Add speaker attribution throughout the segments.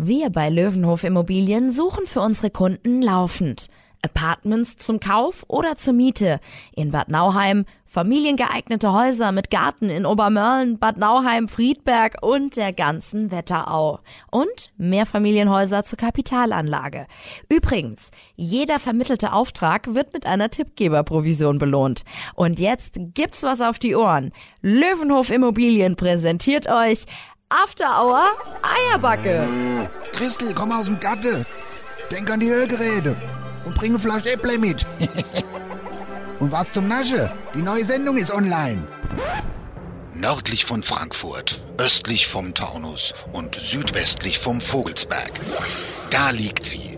Speaker 1: Wir bei Löwenhof Immobilien suchen für unsere Kunden laufend. Apartments zum Kauf oder zur Miete. In Bad Nauheim familiengeeignete Häuser mit Garten in Obermörlen, Bad Nauheim, Friedberg und der ganzen Wetterau. Und Mehrfamilienhäuser zur Kapitalanlage. Übrigens, jeder vermittelte Auftrag wird mit einer Tippgeberprovision belohnt. Und jetzt gibt's was auf die Ohren. Löwenhof Immobilien präsentiert euch After Hour Eierbacke.
Speaker 2: Christel, komm aus dem Gatte. Denk an die Ölgeräte. Und bringe ein Flasch Äpple mit. und was zum Nasche? Die neue Sendung ist online.
Speaker 3: Nördlich von Frankfurt, östlich vom Taunus und südwestlich vom Vogelsberg. Da liegt sie.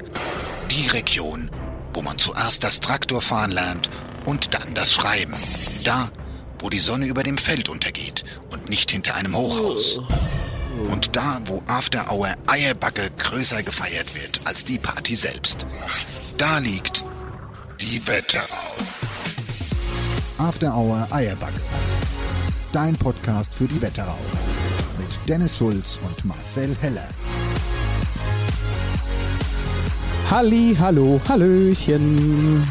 Speaker 3: Die Region, wo man zuerst das Traktorfahren lernt und dann das Schreiben. Da, wo die Sonne über dem Feld untergeht und nicht hinter einem Hochhaus. Und da, wo After Hour Eierbacke größer gefeiert wird als die Party selbst. Da liegt die Wetterau.
Speaker 2: After Hour Eierbacke. Dein Podcast für die Wetterau. Mit Dennis Schulz und Marcel Heller.
Speaker 4: Halli, hallo, hallöchen.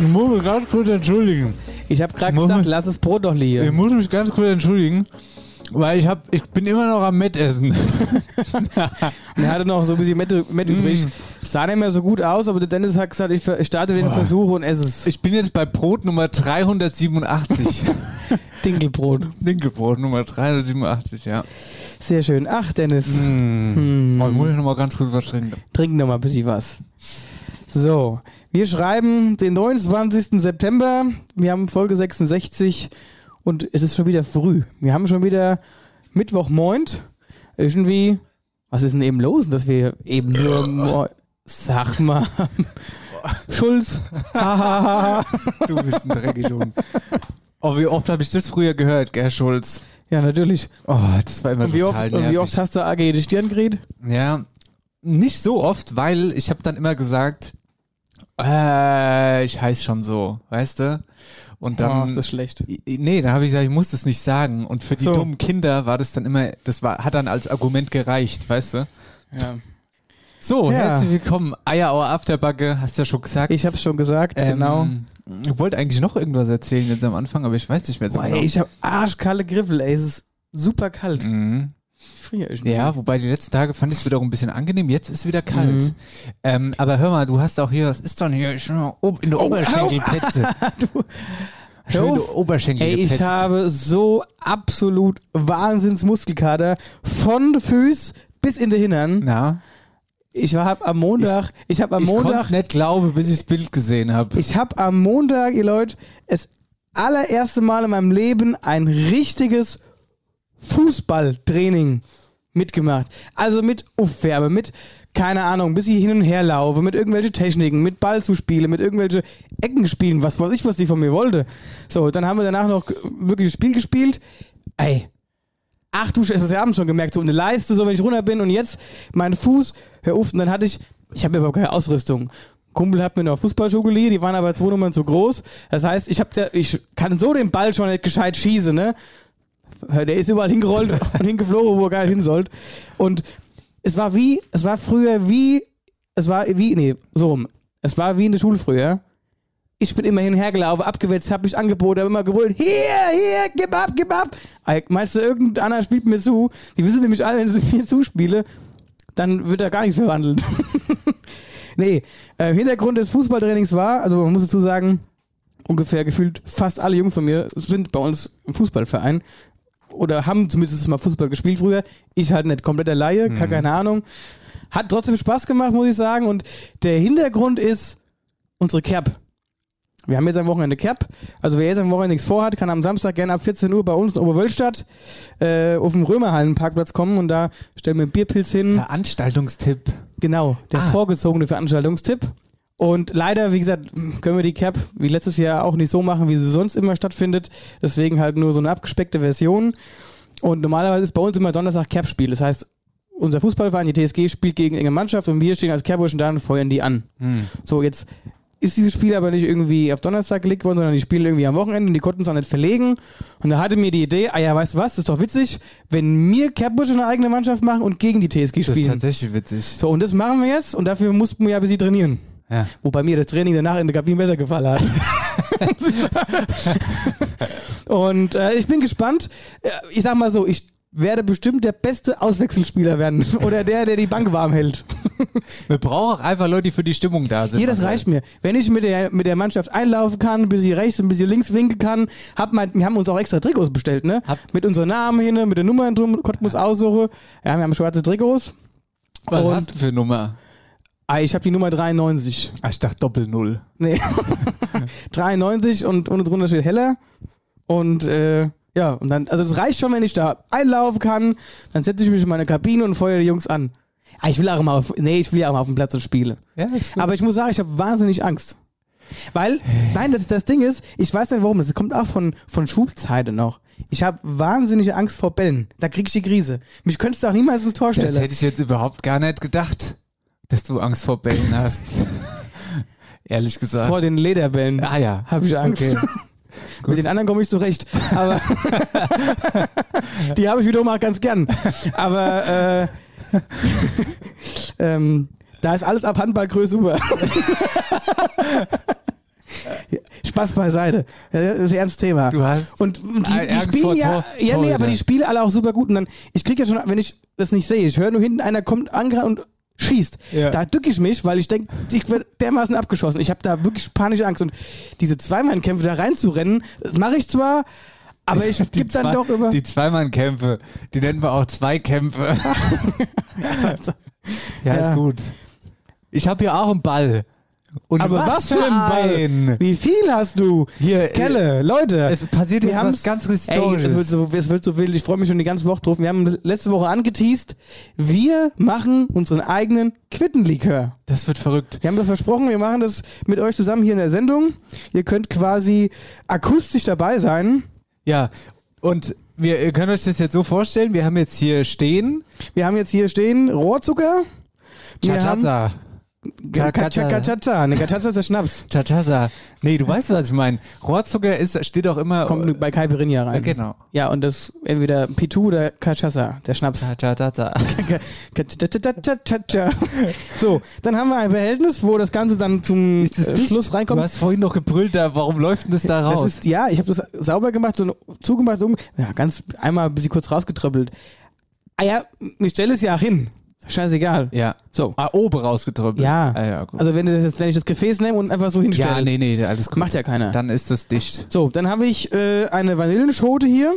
Speaker 5: Ich muss mich ganz kurz entschuldigen.
Speaker 4: Ich habe gerade
Speaker 5: Moment.
Speaker 4: gesagt, lass das Brot doch
Speaker 5: Ich
Speaker 4: liegen.
Speaker 5: muss mich ganz kurz entschuldigen, weil ich hab, ich bin immer noch am Mettessen.
Speaker 4: Und Er hatte noch so ein bisschen Mett, Mett
Speaker 5: Mm.
Speaker 4: übrig. Sah nicht mehr so gut aus, aber der Dennis hat gesagt, ich ver- ich starte den Versuch und esse es.
Speaker 5: Ich bin jetzt bei Brot Nummer 387.
Speaker 4: Dinkelbrot.
Speaker 5: Dinkelbrot Nummer 387, ja.
Speaker 4: Sehr schön. Ach,
Speaker 5: Mm.
Speaker 4: Dennis,
Speaker 5: Oh, ich muss ich nochmal ganz kurz was trinken.
Speaker 4: trink noch mal ein bisschen was. So, wir schreiben den 29. September. Wir haben Folge 66 und es ist schon wieder früh. Wir haben schon wieder Mittwochmorgen. Irgendwie, was ist denn eben los, dass wir eben nur... mo- Sag mal, Schulz,
Speaker 5: Du bist ein Dreckigund. Oh, wie oft habe ich das früher gehört, gell, Schulz?
Speaker 4: Ja, natürlich.
Speaker 5: Oh, das war immer
Speaker 4: Und wie oft,
Speaker 5: total
Speaker 4: und wie oft
Speaker 5: nervig.
Speaker 4: hast du AG die Stirn geredet?
Speaker 5: Ja, nicht so oft, weil ich habe dann immer gesagt, äh, ich heiße schon so, weißt du? Und
Speaker 4: Oh,
Speaker 5: dann
Speaker 4: das ist schlecht.
Speaker 5: I- i- Nee, da habe ich gesagt, ich muss das nicht sagen. Und für die
Speaker 4: So.
Speaker 5: dummen Kinder war das dann immer, das war, hat dann als Argument gereicht, weißt du?
Speaker 4: Ja.
Speaker 5: So,
Speaker 4: Ja.
Speaker 5: herzlich willkommen, Eierauer Afterbacke, hast du ja schon gesagt.
Speaker 4: Ich hab's schon gesagt,
Speaker 5: Ähm,
Speaker 4: genau.
Speaker 5: Ich wollte eigentlich noch irgendwas erzählen jetzt am Anfang, aber ich weiß nicht mehr so
Speaker 4: Boah,
Speaker 5: genau.
Speaker 4: ey, ich hab arschkalle Griffel, ey. Es ist super kalt.
Speaker 5: mhm.
Speaker 4: Ich friere irgendwie.
Speaker 5: Ja, wobei die letzten Tage fand ich es wiederum ein bisschen angenehm. Jetzt ist wieder kalt.
Speaker 4: Mhm.
Speaker 5: Ähm, aber hör mal, du hast auch hier, was ist denn hier? Schon mal oben
Speaker 4: Oh,
Speaker 5: in der Oberschenkelplätze. Schöne
Speaker 4: auf.
Speaker 5: Oberschenkel
Speaker 4: Ey, ich
Speaker 5: gepetzt.
Speaker 4: habe so absolut Wahnsinnsmuskelkater von den Füßen bis in den Hintern.
Speaker 5: Na,
Speaker 4: Ich war hab am Montag, ich, hab am
Speaker 5: ich konnte
Speaker 4: Montag
Speaker 5: es nicht glauben, bis ich das Bild gesehen habe.
Speaker 4: Ich habe am Montag, ihr Leute, das allererste Mal in meinem Leben ein richtiges Fußballtraining mitgemacht. Also mit Aufwärme, mit, keine Ahnung, bis ich hin und her laufe, mit irgendwelchen Techniken, mit Ball zu spielen, mit irgendwelche Ecken spielen, was weiß ich, was die von mir wollte. So, dann haben wir danach noch wirklich ein Spiel gespielt. Ey, Ach du Scheiße, wir haben schon gemerkt, so eine Leiste, so wenn ich runter bin und jetzt mein Fuß, hör auf, und dann hatte ich, ich habe überhaupt keine Ausrüstung. Kumpel hat mir noch Fußballschuhe geliehen, die waren aber zwei Nummern zu groß. Das heißt, ich hab da, ich kann so den Ball schon nicht gescheit schießen, ne? Der ist überall hingerollt und hingeflogen, wo er gar nicht hin sollte. Und es war wie, es war früher wie, es war wie, nee, so rum. Es war wie in der Schule früher. Ich bin immer hin und her gelaufen, abgewetzt, hab mich angeboten, hab immer gebrüllt, hier, hier, gib ab, gib ab. Ey, Meinst du, irgendein anderer spielt mir zu? Die wissen nämlich alle, wenn ich mir zuspiele, dann wird da gar nichts verwandelt. nee, äh, Hintergrund des Fußballtrainings war, also man muss dazu sagen, ungefähr gefühlt fast alle Jungs von mir sind bei uns im Fußballverein oder haben zumindest mal Fußball gespielt früher. Ich halt nicht, kompletter Laie, gar keine Ahnung. Hat trotzdem Spaß gemacht, muss ich sagen. Und der Hintergrund ist unsere Cap. Wir haben jetzt am Wochenende Cap. Also wer jetzt am Wochenende nichts vorhat, kann am Samstag gerne ab 14 Uhr bei uns in Oberwölstadt äh, auf dem Römerhallenparkplatz kommen und da stellen wir einen Bierpilz hin.
Speaker 5: Hm. Veranstaltungstipp.
Speaker 4: Genau, der
Speaker 5: Ah.
Speaker 4: vorgezogene Veranstaltungstipp. Und leider, wie gesagt, können wir die Cap wie letztes Jahr auch nicht so machen, wie sie sonst immer stattfindet. Deswegen halt nur so eine abgespeckte Version. Und normalerweise ist bei uns immer Donnerstag Cap-Spiel. Das heißt, unser
Speaker 5: Hm.
Speaker 4: Fußballverein, die TSG, spielt gegen enge Mannschaft und wir stehen als Cap-Burschen da und feuern die an. So, jetzt ist dieses Spiel aber nicht irgendwie auf Donnerstag gelegt worden, sondern die spielen irgendwie am Wochenende und die konnten es auch nicht verlegen. Und da hatte mir die Idee, ah ja, weißt du was, das ist doch witzig, wenn wir Capuch eine eigene Mannschaft machen und gegen die TSG
Speaker 5: Das ist
Speaker 4: spielen.
Speaker 5: tatsächlich witzig.
Speaker 4: So, und das machen wir jetzt und dafür mussten wir ja bis sie trainieren.
Speaker 5: Ja.
Speaker 4: Wobei mir das Training danach in der Kabine besser gefallen hat. und äh, ich bin gespannt. Äh, Ich sag mal so, ich werde bestimmt der beste Auswechselspieler werden oder der, der die Bank warm hält.
Speaker 5: Wir brauchen auch einfach Leute, die für die Stimmung da sind.
Speaker 4: Hier, das reicht mir. Wenn ich mit der, mit der Mannschaft einlaufen kann, ein bisschen rechts und ein bisschen links winken kann, hab mein, wir haben uns auch extra Trikots bestellt, ne?
Speaker 5: Habt-
Speaker 4: mit unseren Namen hin, mit den Nummern drum, konnten wir uns aussuchen. Ja, wir haben schwarze Trikots.
Speaker 5: Was
Speaker 4: Und-
Speaker 5: hast du für Nummer?
Speaker 4: Ah, ich habe die Nummer 93.
Speaker 5: Ah, ich dachte Doppel Null.
Speaker 4: Nee. 93 und unten drunter steht Heller. Und äh, ja, und dann, also es reicht schon, wenn ich da einlaufen kann. Dann setze ich mich in meine Kabine und feuer die Jungs an. Ah, ich will auch mal auf, nee, ich will ja auch mal auf dem Platz und spiele.
Speaker 5: Ja, ist
Speaker 4: Aber ich muss sagen, ich habe wahnsinnig Angst. Weil, nein, das, das Ding ist, ich weiß nicht warum, das kommt auch von, von Schulzeiten noch. Ich habe wahnsinnige Angst vor Bällen. Da krieg ich die Krise. Mich könntest du auch niemals ins Tor
Speaker 5: Das
Speaker 4: stellen.
Speaker 5: hätte ich jetzt überhaupt gar nicht gedacht, dass du Angst vor Bällen hast. Ehrlich gesagt.
Speaker 4: Vor den Lederbällen
Speaker 5: ah ja.
Speaker 4: habe ich Angst.
Speaker 5: Okay.
Speaker 4: Mit den anderen komme ich zurecht. Aber die habe ich wiederum auch ganz gern. Aber äh, ähm, da ist alles ab Handballgröße über. Spaß beiseite. Das ist ein ernstes Thema.
Speaker 5: Du hast
Speaker 4: Und die, die
Speaker 5: Angst vor
Speaker 4: spielen ja,
Speaker 5: Tor-
Speaker 4: ja nee, aber
Speaker 5: Torhüter.
Speaker 4: die spielen alle auch super gut. Und dann, ich kriege ja schon, wenn ich das nicht sehe, ich höre nur hinten einer kommt angreifen und schießt.
Speaker 5: Ja.
Speaker 4: Da ducke ich mich, weil ich denke, ich werde dermaßen abgeschossen. Ich habe da wirklich panische Angst. Und diese Zweimannkämpfe da reinzurennen, das mache ich zwar, aber ich
Speaker 5: die,
Speaker 4: gebe dann
Speaker 5: zwei,
Speaker 4: doch über.
Speaker 5: die Zweimann-Kämpfe, die nennen wir auch Zweikämpfe. ja,
Speaker 4: Ja.
Speaker 5: ist gut. Ich habe hier auch einen Ball. Und
Speaker 4: aber was, für ein Ball!
Speaker 5: einen?
Speaker 4: Wie viel hast du?
Speaker 5: Hier,
Speaker 4: Kelle, Leute.
Speaker 5: Äh, Es passiert
Speaker 4: Wir
Speaker 5: jetzt
Speaker 4: haben's-
Speaker 5: was ganz
Speaker 4: Ey, es wird,
Speaker 5: Historisches.
Speaker 4: so, es wird so wild. Ich freue mich schon die ganze Woche drauf. Wir haben letzte Woche angeteased. Wir machen unseren eigenen Quittenlikör.
Speaker 5: das wird verrückt.
Speaker 4: Wir haben das versprochen, wir machen das mit euch zusammen hier in der Sendung. Ihr könnt quasi akustisch dabei sein.
Speaker 5: Ja, und wir ihr könnt euch das jetzt so vorstellen, wir haben jetzt hier stehen.
Speaker 4: Wir haben jetzt hier stehen Rohrzucker. Wir haben-
Speaker 5: Chachaza.
Speaker 4: Ka- Ka- Cachaza. Ne, Cachaza ist der Schnaps.
Speaker 5: Chachaza. Nee, du weißt, was ich meine. Rohrzucker ist, steht auch immer.
Speaker 4: Kommt bei Kai Berinja
Speaker 5: Oh. ja,
Speaker 4: rein.
Speaker 5: genau.
Speaker 4: Ja, und das entweder Pitu oder Cachaza, der Schnaps.
Speaker 5: Chachaza.
Speaker 4: Cachaza. So, dann haben wir ein Behältnis, wo das Ganze dann zum
Speaker 5: Ist das
Speaker 4: äh,
Speaker 5: dicht?
Speaker 4: Schluss
Speaker 5: Du
Speaker 4: reinkommt.
Speaker 5: hast vorhin noch gebrüllt, da, warum läuft denn das da raus?
Speaker 4: Das ist, ja, ich habe das sauber gemacht und zugemacht und ja, ganz einmal ein bisschen kurz rausgetröppelt. Ah ja, ich stelle es ja hin. Scheißegal.
Speaker 5: ja.
Speaker 4: So.
Speaker 5: Ah, oben rausgetröppelt.
Speaker 4: Ja.
Speaker 5: Ah, ja, gut.
Speaker 4: Also wenn, du das jetzt, wenn ich das Gefäß nehme und einfach so hinstelle.
Speaker 5: ja, nee, nee, alles gut.
Speaker 4: Macht ja keiner.
Speaker 5: Dann ist das dicht.
Speaker 4: So, dann habe ich äh, eine Vanillenschote hier.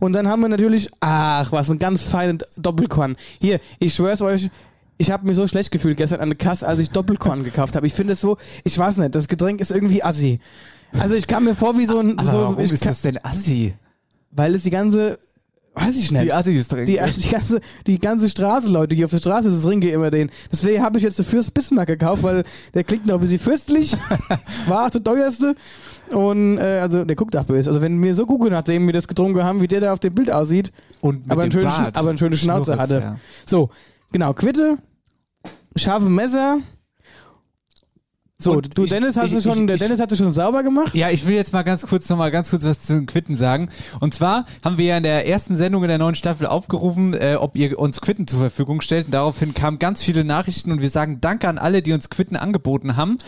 Speaker 4: Und dann haben wir natürlich, ach, was ein ganz feinen Doppelkorn. Hier, ich schwör's euch, ich habe mich so schlecht gefühlt gestern an der Kasse, als ich Doppelkorn gekauft habe. Ich finde es so, ich weiß nicht, das Getränk ist irgendwie assi. Also ich kam mir vor wie so ein,
Speaker 5: Aber
Speaker 4: so,
Speaker 5: warum
Speaker 4: ich
Speaker 5: ist
Speaker 4: ka-
Speaker 5: das denn Assi?
Speaker 4: weil es die ganze, weiß ich nicht.
Speaker 5: Die Assi ist drin.
Speaker 4: Die, also die, ganze, die ganze Straße, Leute, die auf der Straße ist, trinken immer den. Deswegen habe ich jetzt den Fürst Bismarck gekauft, weil der klingt noch ein bisschen fürstlich. War auch der teuerste. Und äh, also der guckt auch böse. Also wenn wir so gucken, nachdem wir das getrunken haben, wie der da auf dem Bild aussieht.
Speaker 5: Und mit
Speaker 4: aber, einen
Speaker 5: dem
Speaker 4: schönen,
Speaker 5: Bart.
Speaker 4: Schna- aber eine schöne Schnauze
Speaker 5: Schnurres,
Speaker 4: hatte.
Speaker 5: Ja.
Speaker 4: So, genau, Quitte, scharfe Messer. So,
Speaker 5: Und
Speaker 4: du
Speaker 5: ich-
Speaker 4: Dennis hast
Speaker 5: ich-
Speaker 4: es schon,
Speaker 5: ich-
Speaker 4: der
Speaker 5: ich-
Speaker 4: Dennis hat es schon sauber gemacht.
Speaker 5: Ja, ich will jetzt mal ganz kurz noch mal ganz kurz was zu den Quitten sagen. Und zwar haben wir ja in der ersten Sendung in der neuen Staffel aufgerufen, äh, ob ihr uns Quitten zur Verfügung stellt. Und daraufhin kamen ganz viele Nachrichten und wir sagen Danke an alle, die uns Quitten angeboten haben.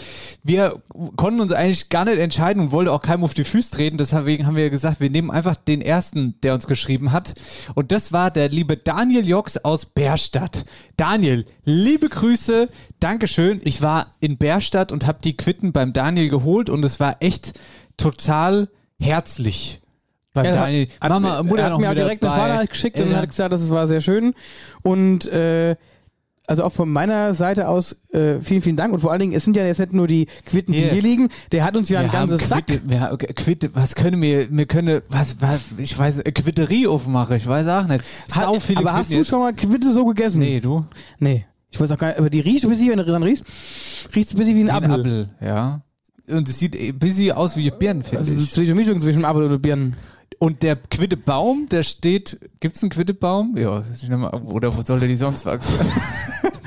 Speaker 5: Wir konnten uns eigentlich gar nicht entscheiden und wollten auch keinem auf die Füße treten. Deswegen haben wir gesagt, wir nehmen einfach den ersten, der uns geschrieben hat. Und das war der liebe Daniel Jox aus Bärstadt. Daniel, liebe Grüße, Dankeschön. Ich war in Bärstadt und habe die Quitten beim Daniel geholt und es war echt total herzlich. Beim
Speaker 4: Er hat-
Speaker 5: Daniel.
Speaker 4: Hat, mir-
Speaker 5: Mama, Mutter
Speaker 4: hat
Speaker 5: noch
Speaker 4: mir auch
Speaker 5: mit
Speaker 4: direkt eine
Speaker 5: dabei.
Speaker 4: Sprachnachricht geschickt und
Speaker 5: Eltern.
Speaker 4: hat gesagt, das war sehr schön. Und äh, also auch von meiner Seite aus äh, vielen, vielen Dank. Und vor allen Dingen, es sind ja jetzt nicht nur die Quitten, die
Speaker 5: Hier.
Speaker 4: hier liegen. Der hat uns ja
Speaker 5: wir
Speaker 4: ein
Speaker 5: haben
Speaker 4: ganzes Sack.
Speaker 5: Quitte, wir, okay, Quitte, was können wir, wir können, was, was, ich weiß, äh, Quitterie aufmachen, ich weiß auch nicht.
Speaker 4: Hat-
Speaker 5: Sau viele
Speaker 4: aber hast
Speaker 5: Quitten
Speaker 4: du
Speaker 5: jetzt.
Speaker 4: schon mal Quitte so gegessen?
Speaker 5: Nee, du?
Speaker 4: Nee. Ich weiß auch gar nicht, aber die riecht ein bisschen, wenn du dran riechst, riecht ein bisschen wie ein
Speaker 5: Ein
Speaker 4: Apfel.
Speaker 5: Apfel, ja. Und es sieht ein bisschen aus wie Birnen, finde
Speaker 4: Also
Speaker 5: ich.
Speaker 4: zwischen Mischung zwischen Apfel und Birnen.
Speaker 5: Und der Quittebaum, der steht. Gibt's einen Quittebaum? Ja, ich nehm mal, oder wo soll der die sonst wachsen?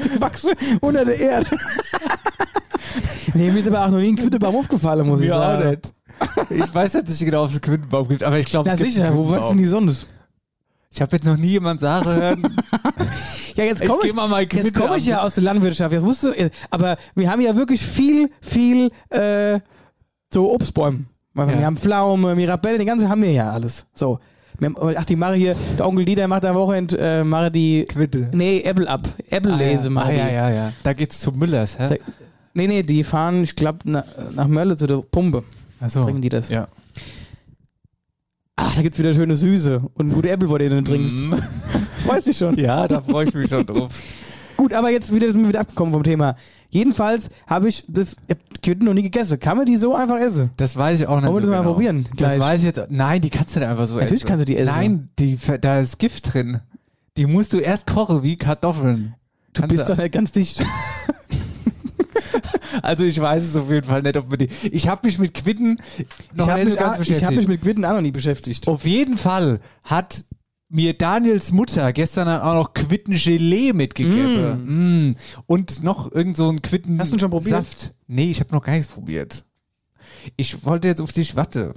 Speaker 4: Die wachsen unter der Erde. Nee, mir ist aber auch noch nie ein Quitte beim Hof gefallen, muss ich
Speaker 5: Mir auch
Speaker 4: sagen.
Speaker 5: nicht. Ich weiß jetzt nicht genau, ob es Quittenbaum gibt, aber ich glaube,
Speaker 4: Na
Speaker 5: es gibt
Speaker 4: sicher,
Speaker 5: einen
Speaker 4: wo wächst denn
Speaker 5: Quittenbaum.
Speaker 4: die Sonne?
Speaker 5: Ich habe jetzt noch nie jemand sagen hören.
Speaker 4: Ja, jetzt
Speaker 5: Ich
Speaker 4: komme ich,
Speaker 5: geh mal mal
Speaker 4: jetzt komm
Speaker 5: Quitte
Speaker 4: ich ja aus der Landwirtschaft. Jetzt musst du, aber wir haben ja wirklich viel, viel äh, so Obstbäume. Weil
Speaker 5: Ja.
Speaker 4: Wir haben Pflaume, Mirabelle, den ganzen haben wir ja alles. So. Wir haben, oh, ach, die Mare hier, der Onkel Dieter macht am Wochenende, äh, Mare die,
Speaker 5: Quitte.
Speaker 4: nee, Apple ab. Apple-Lese
Speaker 5: ah,
Speaker 4: mache
Speaker 5: ja. Ah,
Speaker 4: die.
Speaker 5: ja, ja, ja. Da geht's zu Müllers, hä?
Speaker 4: Da- Nee, nee, die fahren, ich glaube, na, nach Mörle zu der Pumpe.
Speaker 5: Achso.
Speaker 4: Bringen die das?
Speaker 5: Ja.
Speaker 4: Ach, da gibt's wieder schöne Süße und gute Apple, wo du den trinkst.
Speaker 5: Mhm.
Speaker 4: Freust dich schon.
Speaker 5: Ja, da freue ich mich schon drauf.
Speaker 4: Gut, aber jetzt wieder, sind wir wieder abgekommen vom Thema. Jedenfalls habe ich das ich hab Quitten noch nie gegessen. Kann man die so einfach essen?
Speaker 5: Das weiß ich auch nicht.
Speaker 4: Wollen wir das
Speaker 5: so
Speaker 4: mal
Speaker 5: genau.
Speaker 4: probieren
Speaker 5: Das
Speaker 4: gleich?
Speaker 5: weiß ich jetzt. Nein, die kannst du nicht einfach so essen.
Speaker 4: Natürlich kannst du die essen.
Speaker 5: Nein, die, ver- da ist Gift drin. Die musst du erst kochen wie Kartoffeln.
Speaker 4: Du
Speaker 5: Kannst
Speaker 4: bist doch nicht ganz dicht.
Speaker 5: Also ich weiß es auf jeden Fall nicht, ob wir die. Ich habe mich mit Quitten noch
Speaker 4: ich habe
Speaker 5: nicht so
Speaker 4: mich,
Speaker 5: ganz
Speaker 4: ah, ich
Speaker 5: beschäftigt. Oh.
Speaker 4: hab mich mit Quitten auch noch nie beschäftigt.
Speaker 5: Auf jeden Fall hat mir Daniels Mutter gestern dann auch noch Quittengelee mitgegeben. Mm. Und noch irgend so ein Quitten.
Speaker 4: Hast du ihn schon probiert?
Speaker 5: Saft. Nee, ich habe noch gar nichts probiert. Ich wollte jetzt auf dich warte.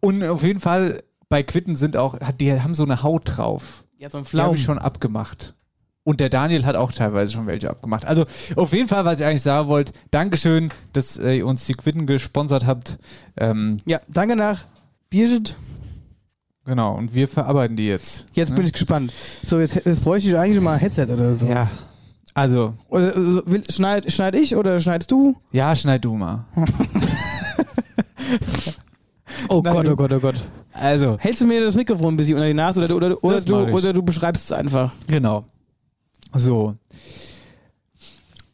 Speaker 5: Und auf jeden Fall bei Quitten sind auch hat- die haben so eine Haut drauf.
Speaker 4: Ja, so ein
Speaker 5: Die habe ich schon abgemacht. Und der Daniel hat auch teilweise schon welche abgemacht. Also auf jeden Fall, was ich eigentlich sagen wollte, Dankeschön, dass äh, ihr uns die Quitten gesponsert habt. Ähm,
Speaker 4: Ja, danke nach Birgit.
Speaker 5: genau, und wir verarbeiten die jetzt.
Speaker 4: Jetzt bin ich gespannt. So, jetzt, jetzt bräuchte ich eigentlich mal ein Headset oder so.
Speaker 5: Ja. Also,
Speaker 4: Oder, also, will, schneid, schneid ich oder schneidest du?
Speaker 5: ja, schneid du mal.
Speaker 4: Oh
Speaker 5: Nein,
Speaker 4: Gott,
Speaker 5: du-
Speaker 4: oh Gott, oh Gott.
Speaker 5: Also,
Speaker 4: Hältst du mir das Mikrofon ein bisschen unter die Nase oder, du- oder, oder,
Speaker 5: Das
Speaker 4: du,
Speaker 5: mach ich.
Speaker 4: oder du beschreibst es einfach?
Speaker 5: genau. So.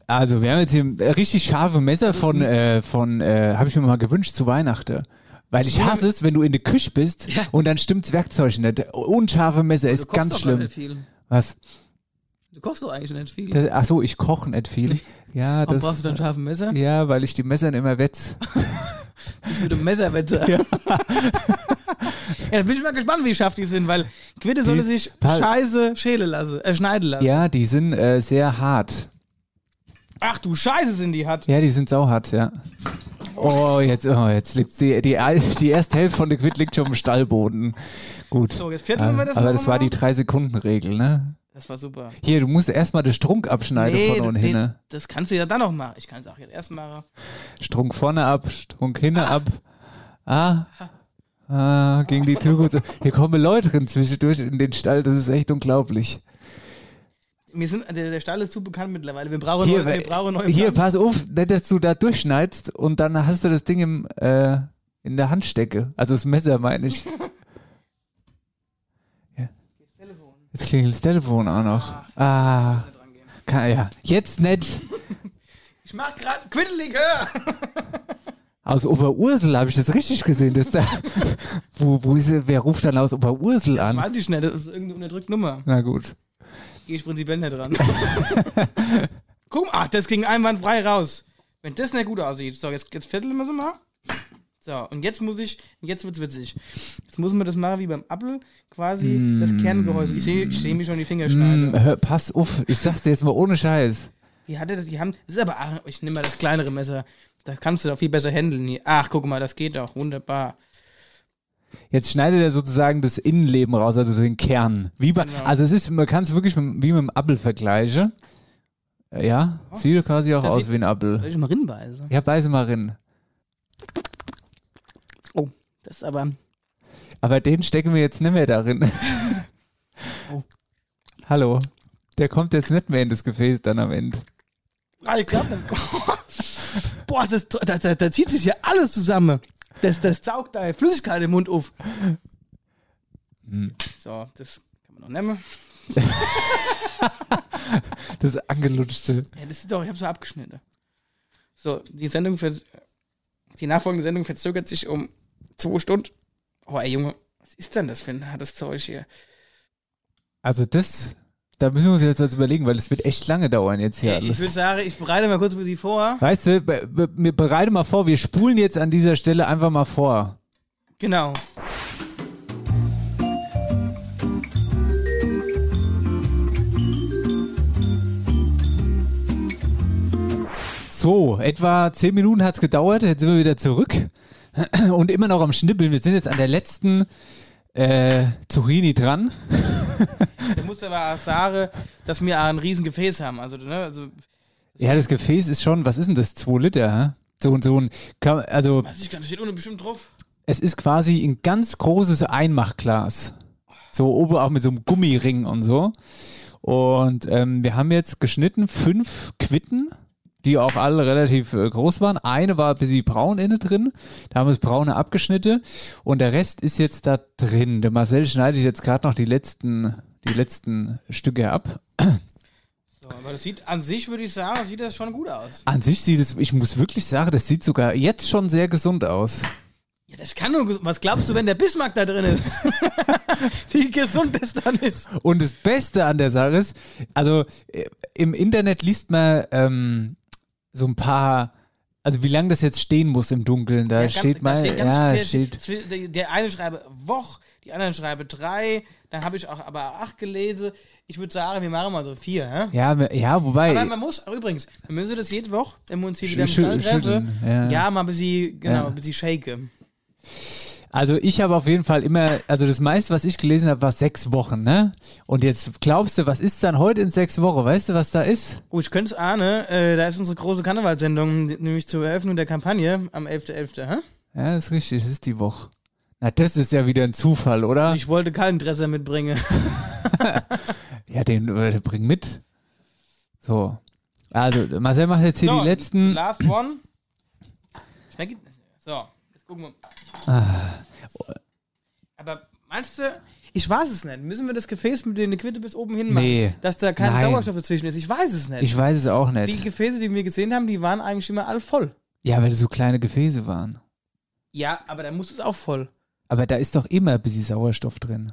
Speaker 5: Also, wir haben jetzt hier äh, richtig scharfe Messer von, äh, von äh, habe ich mir mal gewünscht zu Weihnachten. Weil ich hasse es, wenn du in der Küche bist und dann stimmt's Werkzeug nicht. Unscharfe Messer ist ganz schlimm.
Speaker 4: viel.
Speaker 5: Was?
Speaker 4: Du kochst doch eigentlich nicht viel.
Speaker 5: Das, ach so, ich koche nicht viel. Ja, das,
Speaker 4: scharfes Messer?
Speaker 5: ja, weil ich die Messer nicht immer wetz.
Speaker 4: Bist du dem Messerwetter? Ja. ja, bin ich mal gespannt, wie scharf die sind, weil Quitte solle sich
Speaker 5: Paul-
Speaker 4: scheiße schäle lassen, äh, schneiden lassen.
Speaker 5: Ja, die sind äh, sehr hart.
Speaker 4: Ach du Scheiße sind die hat.
Speaker 5: Ja, die sind sauhart, ja. Oh, jetzt, oh, jetzt liegt die, die, die erste Hälfte von der Quid liegt schon im Stallboden. Gut.
Speaker 4: So, jetzt vierteln
Speaker 5: Ähm,
Speaker 4: wir das
Speaker 5: aber
Speaker 4: noch
Speaker 5: das war
Speaker 4: mal.
Speaker 5: die 3-Sekunden-Regel, ne?
Speaker 4: Das war super.
Speaker 5: Hier, du musst erstmal den Strunk abschneiden
Speaker 4: du-
Speaker 5: von unten ne?
Speaker 4: den-
Speaker 5: hinne.
Speaker 4: das kannst du ja dann noch mal. Ich kann es auch jetzt erst machen.
Speaker 5: Strunk vorne ab, Strunk hinne ab. Ah. Ah, gegen die Tür gut. Hier kommen Leute drin zwischendurch in den Stall, das ist echt unglaublich.
Speaker 4: Wir sind, der, der Stall ist zu bekannt mittlerweile. Wir brauchen,
Speaker 5: Hier, äh,
Speaker 4: neu, wir brauchen neue
Speaker 5: hier
Speaker 4: Pflanzen.
Speaker 5: pass auf, nicht, dass du da durchschneidst und dann hast du das Ding im, äh, in der Handstecke. Also das Messer, meine ich. ja. Jetzt klingelt das Telefon auch noch. Ah, kann, ja. Jetzt nicht.
Speaker 4: Ich mach gerade Quittelikör.
Speaker 5: Aus Oberursel habe ich das richtig gesehen. Dass da, wo, wo ist, wer ruft dann aus Oberursel an?
Speaker 4: Weiß ich nicht, das ist irgendeine unterdrückte Nummer.
Speaker 5: Na gut.
Speaker 4: Gehe ich prinzipiell nicht dran. Guck mal, ach, das ging einwandfrei raus. Wenn das nicht gut aussieht. So, jetzt, jetzt vierteln wir sie mal. So, und jetzt muss ich, jetzt wird's witzig. Jetzt muss man das machen wie beim Apfel, quasi das
Speaker 5: Mm.
Speaker 4: Kerngehäuse. Ich sehe ich seh mir schon die Finger schneiden.
Speaker 5: Hm, hör, pass auf, ich sag's dir jetzt mal ohne Scheiß.
Speaker 4: Wie hat er das? Die haben, das ist aber, ach, ich nehme mal das kleinere Messer. Das kannst du doch viel besser handeln hier. Ach, guck mal, das geht doch. Wunderbar.
Speaker 5: Jetzt schneidet er sozusagen das Innenleben raus, also den Kern. Wie bei,
Speaker 4: Genau.
Speaker 5: Also es ist, man kann es wirklich mit, wie mit dem Apfel vergleichen. Äh, Ja, sieht quasi auch
Speaker 4: das
Speaker 5: aus
Speaker 4: sieht-
Speaker 5: wie ein Apfel.
Speaker 4: Soll ich mal rinbeißen?
Speaker 5: Ja, beiße mal rein.
Speaker 4: Oh, das ist aber.
Speaker 5: Aber den stecken wir jetzt nicht mehr darin.
Speaker 4: Oh.
Speaker 5: Hallo. Der kommt jetzt nicht mehr in das Gefäß dann am Ende.
Speaker 4: Ah, ich glaub, das, boah, ist das, da, da, da zieht sich ja alles zusammen. Das, das saugt da Flüssigkeit im Mund auf. So, das kann man noch nehmen.
Speaker 5: Das angelutschte.
Speaker 4: Ja, das ist doch, ich habe so abgeschnitten. So, die Sendung vers- die nachfolgende Sendung verzögert sich um zwei Stunden. Oh, ey, Junge, was ist denn das für ein hartes Zeug hier?
Speaker 5: Also das, da müssen wir uns jetzt was überlegen, weil es wird echt lange dauern jetzt hier alles.
Speaker 4: sagen, ich bereite mal kurz für Sie vor.
Speaker 5: Weißt du, be, be, mir bereite mal vor, wir spulen jetzt an dieser Stelle einfach mal vor.
Speaker 4: Genau.
Speaker 5: So, etwa zehn Minuten hat es gedauert, jetzt sind wir wieder zurück und immer noch am Schnippeln. Wir sind jetzt an der letzten äh, Zucchini dran.
Speaker 4: Du musst aber auch sagen, dass wir auch ein riesen Gefäß haben. Also, ne, also
Speaker 5: Ja, das Gefäß ist schon, was ist denn das? 2 Liter, hä? so und so ein, kann- also
Speaker 4: weiß ich gar nicht, steht ohne bestimmt drauf.
Speaker 5: es ist quasi ein ganz großes Einmachglas. So oben auch mit so einem Gummiring und so. Und ähm, wir haben jetzt geschnitten fünf Quitten, die auch alle relativ äh, groß waren. Eine war ein bisschen braun innen drin. Da haben wir das braune abgeschnitten. Und der Rest ist jetzt da drin. Der Marcel schneidet jetzt gerade noch die letzten, die letzten Stücke ab.
Speaker 4: So, aber das sieht an sich, würde ich sagen, sieht das schon gut aus.
Speaker 5: An sich sieht es, ich muss wirklich sagen, das sieht sogar jetzt schon sehr gesund aus.
Speaker 4: Ja, das kann nur. ges- Was glaubst du, wenn der Bismarck da drin ist? Wie gesund das dann ist.
Speaker 5: Und das Beste an der Sache ist, also äh, im Internet liest man ähm, so ein paar, also wie lange das jetzt stehen muss im Dunkeln. Da
Speaker 4: Ja, ganz-
Speaker 5: steht mal,
Speaker 4: steht ganz
Speaker 5: ja,
Speaker 4: viel-
Speaker 5: steht.
Speaker 4: zwi- der- Der eine schreibe Woch, die anderen schreibe drei. Dann habe ich auch aber acht gelesen. Ich würde sagen, wir machen mal so vier. Hä?
Speaker 5: Ja, me- ja, wobei.
Speaker 4: Aber man muss, übrigens, wir müssen das jede Woche, wenn wir uns hier
Speaker 5: Schü-
Speaker 4: wieder im Stall
Speaker 5: schü-
Speaker 4: treffen,
Speaker 5: schütteln, ja.
Speaker 4: ja. mal ein bisschen, genau,
Speaker 5: Ja.
Speaker 4: ein bisschen shake.
Speaker 5: Also ich habe auf jeden Fall immer, also das meiste, was ich gelesen habe, war sechs Wochen, ne? Und jetzt glaubst du, was ist dann heute in sechs Wochen? Weißt du, was da ist?
Speaker 4: Oh, ich könnte es ahnen, äh, da ist unsere große Karnevalssendung, nämlich zur Eröffnung der Kampagne am 11.11., hä?
Speaker 5: Ja, das ist richtig, das ist die Woche. Na, das ist ja wieder ein Zufall, oder?
Speaker 4: Ich wollte Kalendresser mitbringen.
Speaker 5: Ja, den äh, bring mit. So. Also, Marcel macht jetzt hier
Speaker 4: So,
Speaker 5: die letzten.
Speaker 4: Last one. Schmeckt. So, jetzt gucken wir.
Speaker 5: Ah.
Speaker 4: Aber meinst du, ich weiß es nicht. Müssen wir das Gefäß mit den Quitte bis oben hin machen?
Speaker 5: Nee.
Speaker 4: Dass da kein
Speaker 5: Nein.
Speaker 4: Sauerstoff dazwischen ist. Ich weiß es nicht.
Speaker 5: Ich weiß es auch nicht.
Speaker 4: die Gefäße, die wir gesehen haben, die waren eigentlich immer alle voll.
Speaker 5: ja, weil das so kleine Gefäße waren.
Speaker 4: Ja, aber dann muss es auch voll.
Speaker 5: Aber da ist doch immer ein bisschen Sauerstoff drin.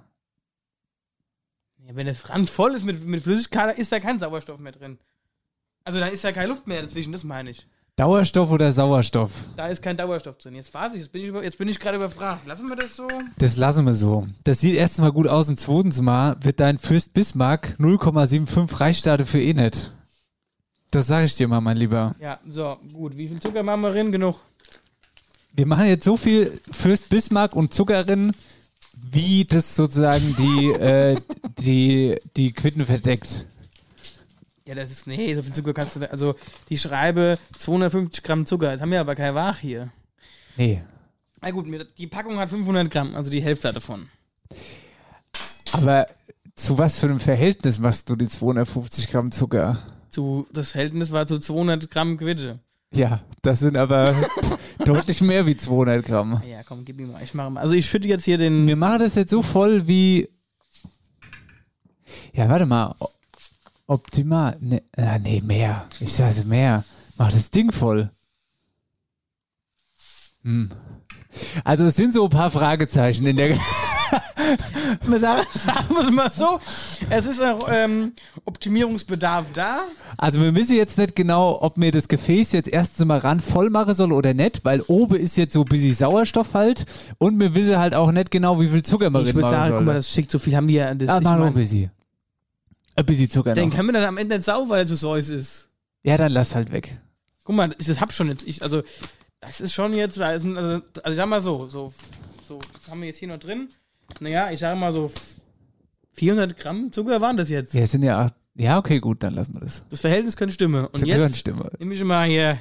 Speaker 4: Ja, wenn der Rand voll ist mit, mit Flüssigkeit, ist da kein Sauerstoff mehr drin. Also da ist ja keine Luft mehr dazwischen, das meine ich.
Speaker 5: Dauerstoff oder Sauerstoff?
Speaker 4: Da ist kein Sauerstoff drin. Jetzt weiß ich, jetzt bin ich, über, jetzt bin ich gerade überfragt. Lassen wir das so?
Speaker 5: Das lassen wir so. Das sieht erstens mal gut aus und zweitens mal wird dein Fürst Bismarck 0,75 Reichstate für eh nicht. Das sage ich dir mal, mein Lieber.
Speaker 4: Ja, so, gut. Wie viel Zucker machen wir rein? Genug.
Speaker 5: Wir machen jetzt so viel Fürst Bismarck und Zuckerin, wie das sozusagen die, äh, die, die Quitten verdeckt.
Speaker 4: Ja, das ist, nee, so viel Zucker kannst du da, also die schreibe 250 Gramm Zucker, jetzt haben wir aber kein Wach hier.
Speaker 5: Nee.
Speaker 4: Na gut, mir- die Packung hat 500 Gramm, also die Hälfte davon.
Speaker 5: Aber zu was für einem Verhältnis machst du die 250 Gramm Zucker?
Speaker 4: Zu, das Verhältnis war zu 200 Gramm Quitte.
Speaker 5: Ja, das sind aber deutlich mehr wie 200 Gramm.
Speaker 4: Ja, komm, gib mir mal, ich mache mal. Also ich schütte jetzt hier den,
Speaker 5: Wir machen das jetzt so voll wie. Ja, warte mal. O- Optimal. Ne, ah, nee, mehr. Ich sage mehr. Mach das Ding voll. Hm. Also es sind so ein paar Fragezeichen in der.
Speaker 4: sagen, sagen wir es mal so, es ist auch, ähm, Optimierungsbedarf da.
Speaker 5: Also wir wissen jetzt nicht genau, ob mir das Gefäß jetzt erstens mal ran voll machen soll oder nicht, weil oben ist jetzt so ein bisschen Sauerstoff halt und wir wissen halt auch nicht genau, wie viel Zucker man drin machen soll.
Speaker 4: das schickt so viel haben wir ja. Das,
Speaker 5: ja, mach noch ein bisschen. Ein bisschen Zucker
Speaker 4: den
Speaker 5: noch.
Speaker 4: können wir dann am Ende nicht sauber, weil er zu säus ist.
Speaker 5: Ja, dann lass halt weg.
Speaker 4: Guck mal, ich, das hab schon jetzt. Ich, also, das ist schon jetzt. da ist ein- Also, also, ich sag mal so, so, so haben wir jetzt hier noch drin. Naja, ich sag mal so 400 Gramm Zucker waren das jetzt.
Speaker 5: Ja, es sind ja acht. Ja, okay, gut, dann lassen wir das.
Speaker 4: Das Verhältnis könnte stimmen. Und
Speaker 5: Zur
Speaker 4: jetzt
Speaker 5: Gehirnstimme.
Speaker 4: nehme ich mal hier.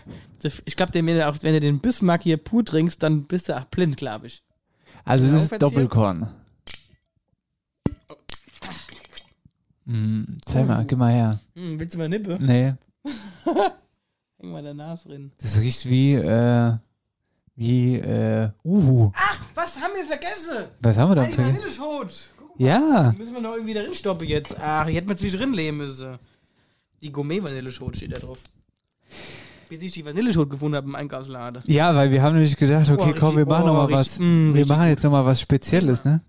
Speaker 4: Ich glaube, wenn du auch- wenn du den Bismarck hier pur trinkst, dann bist du auch blind, glaube ich.
Speaker 5: Also
Speaker 4: Genau,
Speaker 5: es
Speaker 4: jetzt
Speaker 5: ist Doppelkorn. Hm, zeig mal, gib mal her.
Speaker 4: Hm, willst du mal Nippe?
Speaker 5: Nee,
Speaker 4: Häng mal der Nase drin.
Speaker 5: das riecht wie, äh, wie, äh, Uhu.
Speaker 4: Was haben wir vergessen?
Speaker 5: Was haben wir da?
Speaker 4: Die
Speaker 5: für-
Speaker 4: Vanilleschote. Guck,
Speaker 5: Ja.
Speaker 4: die müssen wir noch irgendwie da reinstoppen jetzt. Ach, hier hätten wir zwischendrin leben müssen. Die Gourmet-Vanilleschote steht da drauf. Bis ich die Vanilleschote gefunden habe im Einkaufsladen.
Speaker 5: Ja, weil wir haben nämlich gedacht, okay,
Speaker 4: Oh,
Speaker 5: komm, wir
Speaker 4: richtig-
Speaker 5: machen
Speaker 4: oh,
Speaker 5: noch mal
Speaker 4: richtig-
Speaker 5: was.
Speaker 4: mm,
Speaker 5: Hm, wir
Speaker 4: richtig
Speaker 5: machen jetzt noch mal was Spezielles, ne?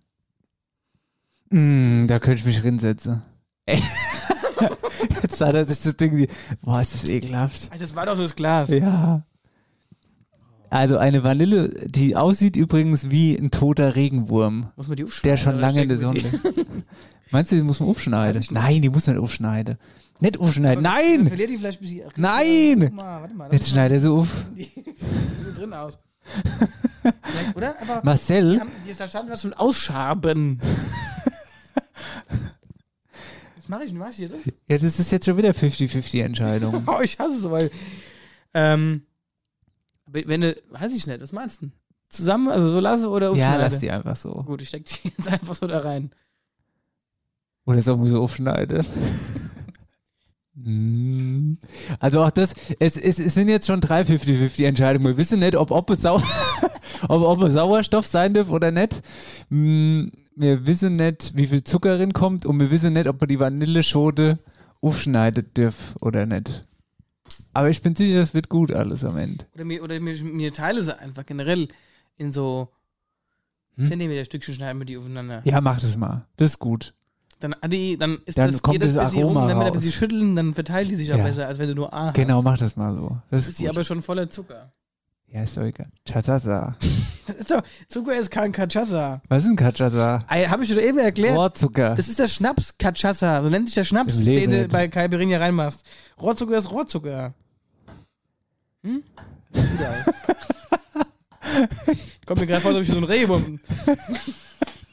Speaker 5: Mm, da könnte ich mich rinsetzen. Ey. jetzt hat er sich das Ding, die- boah, ist das ekelhaft.
Speaker 4: Ach, das war doch nur das Glas.
Speaker 5: Ja. Also eine Vanille, die aussieht übrigens wie ein toter Regenwurm,
Speaker 4: Muss man die aufschneiden?
Speaker 5: der schon
Speaker 4: oder
Speaker 5: lange in der
Speaker 4: stecken wir
Speaker 5: Sonne. Meinst du, die muss man
Speaker 4: Weiß
Speaker 5: aufschneiden?
Speaker 4: ich nicht.
Speaker 5: Nein, die muss man nicht aufschneiden. Nicht aufschneiden.
Speaker 4: Dann
Speaker 5: Nein!
Speaker 4: verliert die vielleicht ein bisschen.
Speaker 5: Nein!
Speaker 4: Guck mal, warte mal.
Speaker 5: Jetzt schneid er sie auf.
Speaker 4: schneidet drin aus. vielleicht, oder? Aber
Speaker 5: Marcel,
Speaker 4: haben, hier stand was von Ausschaben. was mache ich denn? Mach ich jetzt auf?
Speaker 5: jetzt ist es jetzt schon wieder 50-50-Entscheidung.
Speaker 4: Oh, ich hasse es, weil. Ähm, wenn du, weiß ich nicht, was meinst du? denn? Zusammen, also so lasse oder
Speaker 5: ja,
Speaker 4: aufschneide?
Speaker 5: lass die einfach so.
Speaker 4: Gut, ich steck die jetzt einfach so da rein.
Speaker 5: Oder es auch mal so aufschneiden. Mm. Also auch das, es, es, es sind jetzt schon drei 50-50-Entscheidungen. Wir wissen nicht, ob Oppe, Sau ob Oppe Sauerstoff sein darf oder nicht. Mm, Wir wissen nicht, wie viel Zucker drin kommt und wir wissen nicht, ob man die Vanilleschote aufschneidet dürf oder nicht. Aber ich bin sicher, es wird gut alles am Ende.
Speaker 4: Oder mir, oder mir, mir teile sie einfach generell in so
Speaker 5: Hm?
Speaker 4: Zentimeter Stückchen schneiden wir die aufeinander.
Speaker 5: Ja, mach das mal. Das ist gut.
Speaker 4: Dann, hat die, dann ist
Speaker 5: Dann
Speaker 4: das,
Speaker 5: kommt
Speaker 4: geht das,
Speaker 5: das
Speaker 4: bisschen rum,
Speaker 5: Aroma
Speaker 4: wenn wir da ein
Speaker 5: raus.
Speaker 4: bisschen schütteln, dann verteilt die sich ja
Speaker 5: Ja.
Speaker 4: besser, als wenn du nur A hast.
Speaker 5: Genau, mach das mal so. Das
Speaker 4: Ist
Speaker 5: ist
Speaker 4: sie
Speaker 5: gut.
Speaker 4: aber schon voller Zucker.
Speaker 5: Ja, ist doch egal. Chachaza.
Speaker 4: Das ist doch, Zucker ist kein Cachaça.
Speaker 5: Was ist ein Chachaza?
Speaker 4: Habe ich dir doch eben erklärt.
Speaker 5: Rohrzucker.
Speaker 4: Das ist der Schnaps Cachaça. So nennt sich der Schnaps,
Speaker 5: Im Leben
Speaker 4: den du
Speaker 5: nicht.
Speaker 4: bei Caipirinha reinmachst. Rohrzucker ist Rohrzucker. Hm? Egal. Kommt mir gerade vor, als ob ich so ein Rehwurm.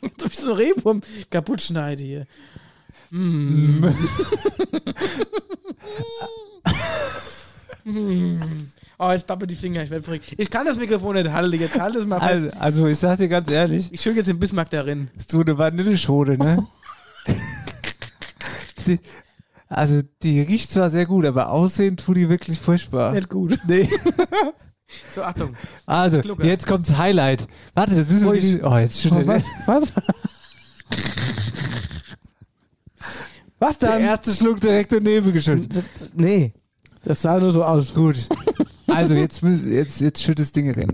Speaker 4: als ob ich so ein Rehwurm kaputt schneide hier. Mm. Mm. Oh, jetzt bappe die Finger, ich werde verrückt. Ich kann das Mikrofon nicht halten, jetzt halt es mal fest.
Speaker 5: Also, also ich sag dir ganz ehrlich,
Speaker 4: Ich schüttel jetzt den Bismarck darin.
Speaker 5: ist so eine Vanilleschote, ne? die, also die riecht zwar sehr gut, aber aussehen tut die wirklich furchtbar.
Speaker 4: Nicht gut.
Speaker 5: Nee.
Speaker 4: So, Achtung.
Speaker 5: Also,
Speaker 4: Glucker.
Speaker 5: jetzt kommt's Highlight. Warte, das müssen wir.
Speaker 4: Ruhig.
Speaker 5: Oh, jetzt schüttelt
Speaker 4: was? Was? was
Speaker 5: Der
Speaker 4: dann?
Speaker 5: erste Schluck direkt daneben geschüttelt.
Speaker 4: nee, das sah nur so aus.
Speaker 5: Gut. Also, jetzt, mü- jetzt, jetzt schüttet das Ding rein.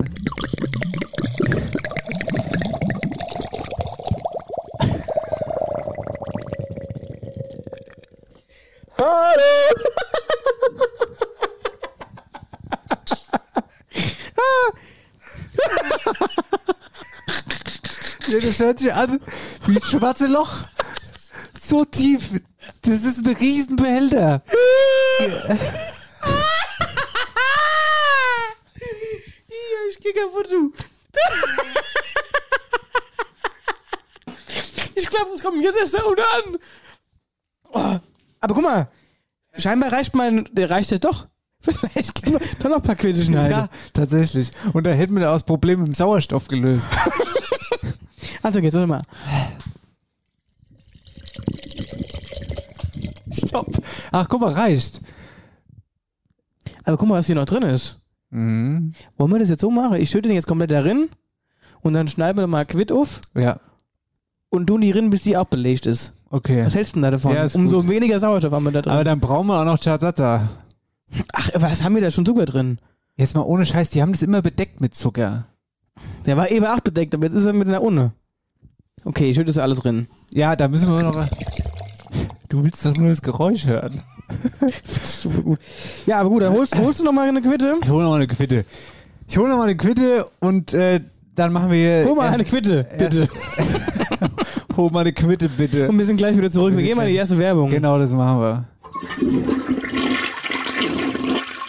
Speaker 5: Ja, das hört sich an wie das schwarze Loch. So tief. Das ist ein Riesenbehälter.
Speaker 4: Ich geh kaputt, du. ich glaube, es kommt jetzt erst da unten an. Oh, aber guck mal, scheinbar reicht mein, der reicht ja doch. Vielleicht können wir doch noch ein paar Quinte schneiden.
Speaker 5: Ja, tatsächlich. Und da hätten wir das Problem mit dem Sauerstoff gelöst.
Speaker 4: Achtung, jetzt warte mal.
Speaker 5: Stopp. Ach, guck mal, reicht.
Speaker 4: Aber guck mal, was hier noch drin ist.
Speaker 5: Mhm.
Speaker 4: Wollen wir das jetzt so machen? Ich schütte den jetzt komplett darin und dann schneiden wir mal Quid auf
Speaker 5: Ja,
Speaker 4: und tun die drin, bis die auch belegt ist.
Speaker 5: okay.
Speaker 4: Was hältst du denn da davon?
Speaker 5: Ja, ist
Speaker 4: Umso
Speaker 5: gut.
Speaker 4: weniger Sauerstoff haben wir da drin.
Speaker 5: Aber dann brauchen wir auch noch Chazata.
Speaker 4: Ach, was haben wir da schon Zucker drin?
Speaker 5: Jetzt mal ohne Scheiß, die haben das immer bedeckt mit Zucker.
Speaker 4: Der war eben auch bedeckt, aber jetzt ist er mit einer Unne. Okay, ich schütte das alles drin.
Speaker 5: Ja, da müssen wir noch. Du willst doch nur das Geräusch hören.
Speaker 4: Super gut. Ja, aber gut, dann holst, holst du nochmal eine Quitte.
Speaker 5: Ich hole nochmal eine Quitte. Ich hole nochmal eine Quitte und äh, dann machen wir hier.
Speaker 4: Hol mal eine Quitte, bitte.
Speaker 5: Hol mal eine Quitte, bitte.
Speaker 4: Und wir sind gleich wieder zurück. Wir
Speaker 5: Wir
Speaker 4: gehen mal in die
Speaker 5: sind-
Speaker 4: erste Werbung.
Speaker 5: Genau, das machen wir.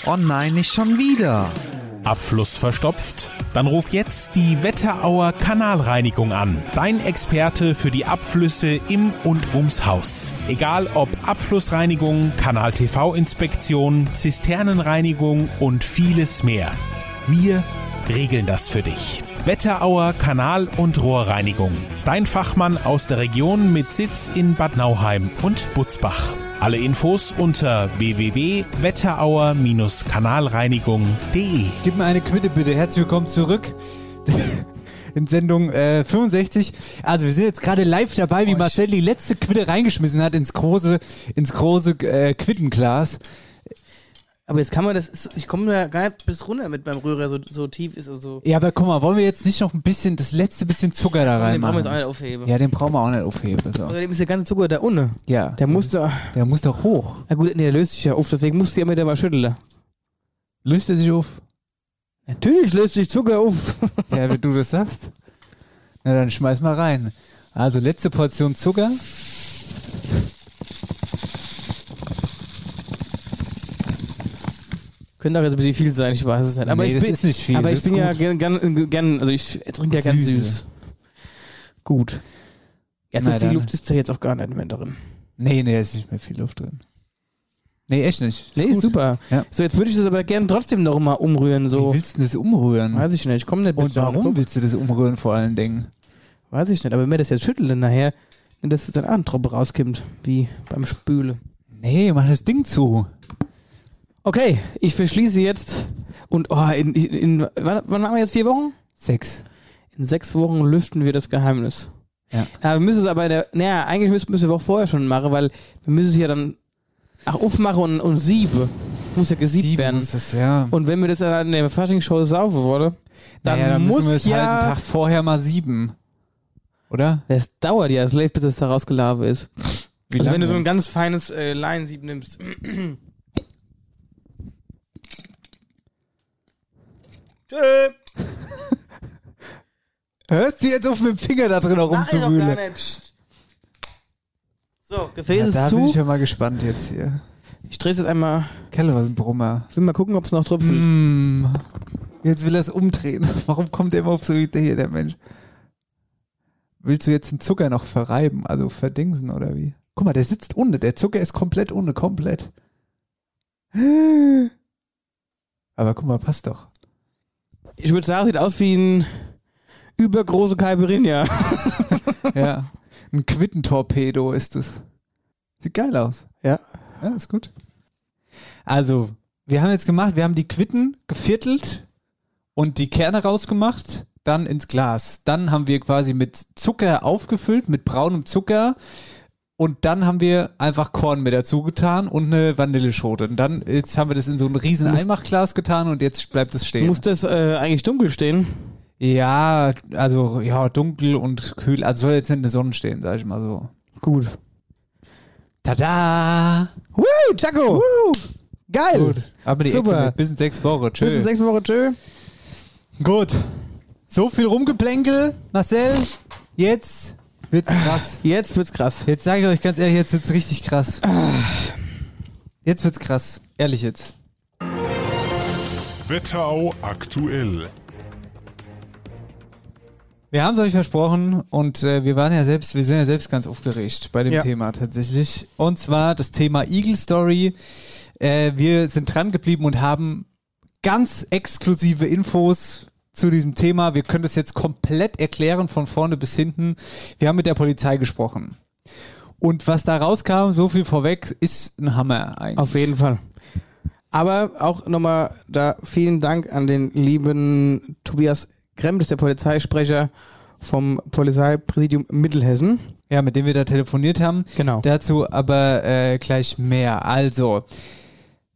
Speaker 3: Oh nein, nicht schon wieder.
Speaker 6: Abfluss verstopft? Dann ruf jetzt die Wetterauer Kanalreinigung an. Dein Experte für die Abflüsse im und ums Haus. Egal ob Abflussreinigung, Kanal-TV-Inspektion, Zisternenreinigung und vieles mehr. Wir regeln das für dich. Wetterauer Kanal- und Rohrreinigung. Dein Fachmann aus der Region mit Sitz in Bad Nauheim und Butzbach. Alle Infos unter www.wetterauer-kanalreinigung.de.
Speaker 5: Gib mir eine Quitte bitte. Herzlich willkommen zurück in Sendung äh, 65. Also wir sind jetzt gerade live dabei,
Speaker 4: Oh,
Speaker 5: wie Marcel die letzte Quitte reingeschmissen hat ins große, ins große äh, Quittenglas.
Speaker 4: Aber jetzt kann man das. ist- Ich komme da gar nicht bis runter mit meinem Rührer, so, so tief ist es so.
Speaker 5: Ja, aber guck mal, wollen wir jetzt nicht noch ein bisschen, das letzte bisschen Zucker da
Speaker 4: Den brauchen wir
Speaker 5: reinmachen?
Speaker 4: jetzt auch nicht aufheben.
Speaker 5: Ja, den brauchen wir auch nicht aufheben. So.
Speaker 4: Außerdem ist der ganze Zucker da unten.
Speaker 5: Ja,
Speaker 4: Der muss da.
Speaker 5: der muss doch hoch.
Speaker 4: Na gut, nee, der löst sich ja auf, deswegen musst du ja mit der mal schütteln.
Speaker 5: Löst er sich auf?
Speaker 4: Natürlich löst sich Zucker auf.
Speaker 5: Ja, wenn du das sagst. Na, dann schmeiß mal rein. Also letzte Portion Zucker.
Speaker 4: Könnte auch jetzt ein bisschen viel sein, ich weiß es nicht. Aber
Speaker 5: Nee,
Speaker 4: ich
Speaker 5: das
Speaker 4: bin,
Speaker 5: ist nicht viel,
Speaker 4: Aber
Speaker 5: das
Speaker 4: ich bin
Speaker 5: ist
Speaker 4: ja
Speaker 5: gut.
Speaker 4: gern, gern, gern, also ich trinke ja ganz
Speaker 5: Süße.
Speaker 4: süß. Gut. Ja, so
Speaker 5: Na
Speaker 4: viel
Speaker 5: dann.
Speaker 4: Luft ist da jetzt auch gar nicht mehr drin.
Speaker 5: Nee, nee, ist nicht mehr viel Luft drin. Nee, echt nicht.
Speaker 4: Nee,
Speaker 5: gut.
Speaker 4: super.
Speaker 5: Ja.
Speaker 4: So, jetzt würde ich das aber gerne trotzdem noch mal umrühren.
Speaker 5: Wie
Speaker 4: So.
Speaker 5: willst du denn das umrühren?
Speaker 4: Weiß ich nicht, ich komme nicht bis
Speaker 5: Und
Speaker 4: dahin.
Speaker 5: warum
Speaker 4: Guck,
Speaker 5: willst du das umrühren vor allen Dingen?
Speaker 4: Weiß ich nicht, aber wenn mir das jetzt schüttelt, dann nachher, wenn das dann Abendtropfe rauskimmt, wie beim Spüle.
Speaker 5: Nee, mach das Ding zu.
Speaker 4: Okay, ich verschließe jetzt und oh, in, in, in wann, wann machen wir jetzt vier Wochen?
Speaker 5: Sechs.
Speaker 4: In sechs Wochen lüften wir das Geheimnis.
Speaker 5: Ja.
Speaker 4: Aber wir müssen es aber, in der, naja, eigentlich müssen müssen wir auch vorher schon machen, weil wir müssen es ja dann ach, aufmachen und, und siebe. Muss ja gesiebt
Speaker 5: Sieben
Speaker 4: werden.
Speaker 5: muss das, ja.
Speaker 4: Und wenn wir das dann in der Faschingsshow saufen wollen, dann,
Speaker 5: naja, dann
Speaker 4: muss
Speaker 5: müssen wir es
Speaker 4: ja...
Speaker 5: halt einen Tag vorher mal sieben. Oder?
Speaker 4: das dauert ja, das läuft, bis das da rausgelaufen ist.
Speaker 5: Wie
Speaker 4: also wenn
Speaker 5: lange Um
Speaker 4: du so ein
Speaker 5: denn?
Speaker 4: ganz feines äh, Laiensieb nimmst. Tschö.
Speaker 5: Hörst du jetzt auf mit dem Finger da drin
Speaker 4: Nein, doch
Speaker 5: herumzuwühlen?
Speaker 4: gar nicht. Psst. So,
Speaker 5: Ja,
Speaker 4: Gefäß
Speaker 5: da
Speaker 4: ist
Speaker 5: bin ich
Speaker 4: zu.
Speaker 5: ja mal gespannt jetzt hier.
Speaker 4: Ich drehe jetzt einmal.
Speaker 5: Kelle, was ein Brummer.
Speaker 4: Ich will mal gucken, ob es noch tröpfelt.
Speaker 5: Mm. Jetzt will er es umdrehen. Warum kommt er immer auf so eine Idee, der Mensch? Willst du jetzt den Zucker noch verreiben, also verdingsen oder wie? Guck mal, der sitzt ohne. Der Zucker ist komplett ohne, komplett. Aber guck mal, passt doch.
Speaker 4: Ich würde sagen, sieht aus wie ein übergroße Kalberinia.
Speaker 5: Ja. Ein Quittentorpedo ist es. Sieht geil aus.
Speaker 4: Ja.
Speaker 5: Ja, ist gut. Also, wir haben jetzt gemacht, wir haben die Quitten geviertelt und die Kerne rausgemacht, dann ins Glas. Dann haben wir quasi mit Zucker aufgefüllt, mit braunem Zucker. Und dann haben wir einfach Korn mit dazu getan und eine Vanilleschote. Und dann jetzt haben wir das in so ein riesen
Speaker 4: Muss-
Speaker 5: Einmachglas getan und jetzt bleibt es stehen.
Speaker 4: Muss das äh, eigentlich dunkel stehen?
Speaker 5: Ja, also ja, dunkel und kühl. Also soll jetzt nicht in der Sonne stehen, sag ich mal so.
Speaker 4: Gut.
Speaker 5: Tada!
Speaker 4: Woo, Chaco! Geil!
Speaker 5: Gut. Aber die
Speaker 4: Super.
Speaker 5: Ecke bis in sechs Wochen.
Speaker 4: Bis in
Speaker 5: Tschüss.
Speaker 4: sechs Wochen, tschö.
Speaker 5: Gut. So viel rumgeplänkel, Marcel. Jetzt wird's krass.
Speaker 4: Jetzt wird's krass.
Speaker 5: Jetzt sage ich euch ganz ehrlich, jetzt wird's richtig krass. Jetzt wird's krass. Ehrlich jetzt.
Speaker 6: Wetterau aktuell.
Speaker 5: Wir haben es euch versprochen und äh, wir waren ja selbst, wir sind ja selbst ganz aufgeregt bei dem
Speaker 4: Ja.
Speaker 5: Thema tatsächlich. Und zwar das Thema Eagle Story. Äh, wir sind dran geblieben und haben ganz exklusive Infos zu diesem Thema. Wir können das jetzt komplett erklären von vorne bis hinten. Wir haben mit der Polizei gesprochen. Und was da rauskam, so viel vorweg, ist ein Hammer eigentlich.
Speaker 4: Auf jeden Fall. Aber auch nochmal da vielen Dank an den lieben Tobias Krem, das ist der Polizeisprecher vom Polizeipräsidium Mittelhessen.
Speaker 5: Ja, mit dem wir da telefoniert haben.
Speaker 4: Genau.
Speaker 5: Dazu aber äh, gleich mehr. Also,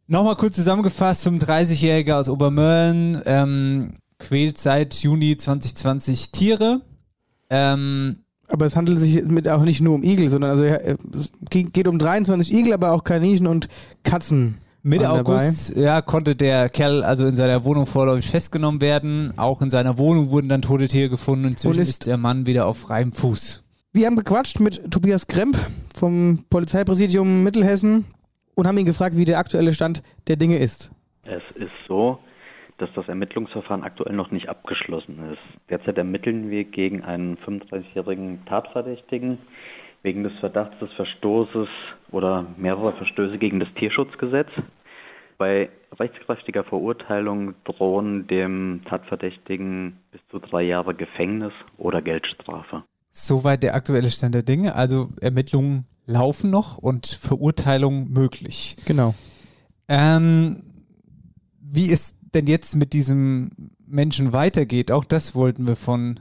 Speaker 5: nochmal kurz zusammengefasst: 35-Jähriger aus Obermörlen ähm, quält seit Juni 2020 Tiere. Ähm,
Speaker 4: aber es handelt sich mit auch nicht nur um Igel, sondern also ja, es ge- geht um 23 Igel, aber auch Kaninchen und Katzen.
Speaker 5: Mitte
Speaker 4: waren dabei.
Speaker 5: August ja, konnte der Kerl also in seiner Wohnung vorläufig festgenommen werden. Auch in seiner Wohnung wurden dann tote Tiere gefunden. Inzwischen
Speaker 4: Und ist-
Speaker 5: ist, der Mann wieder auf freiem Fuß.
Speaker 4: Wir haben gequatscht mit Tobias Kremp vom Polizeipräsidium Mittelhessen und haben ihn gefragt, wie der aktuelle Stand der Dinge ist.
Speaker 7: Es ist so, dass das Ermittlungsverfahren aktuell noch nicht abgeschlossen ist. Derzeit ermitteln wir gegen einen 35-jährigen Tatverdächtigen wegen des Verdachts des Verstoßes oder mehrerer Verstöße gegen das Tierschutzgesetz. Bei rechtskräftiger Verurteilung drohen dem Tatverdächtigen bis zu drei Jahre Gefängnis oder Geldstrafe.
Speaker 5: Soweit der aktuelle Stand der Dinge. Also, Ermittlungen laufen noch und Verurteilung möglich.
Speaker 4: Genau.
Speaker 5: Ähm, wie es denn jetzt mit diesem Menschen weitergeht, auch das wollten wir von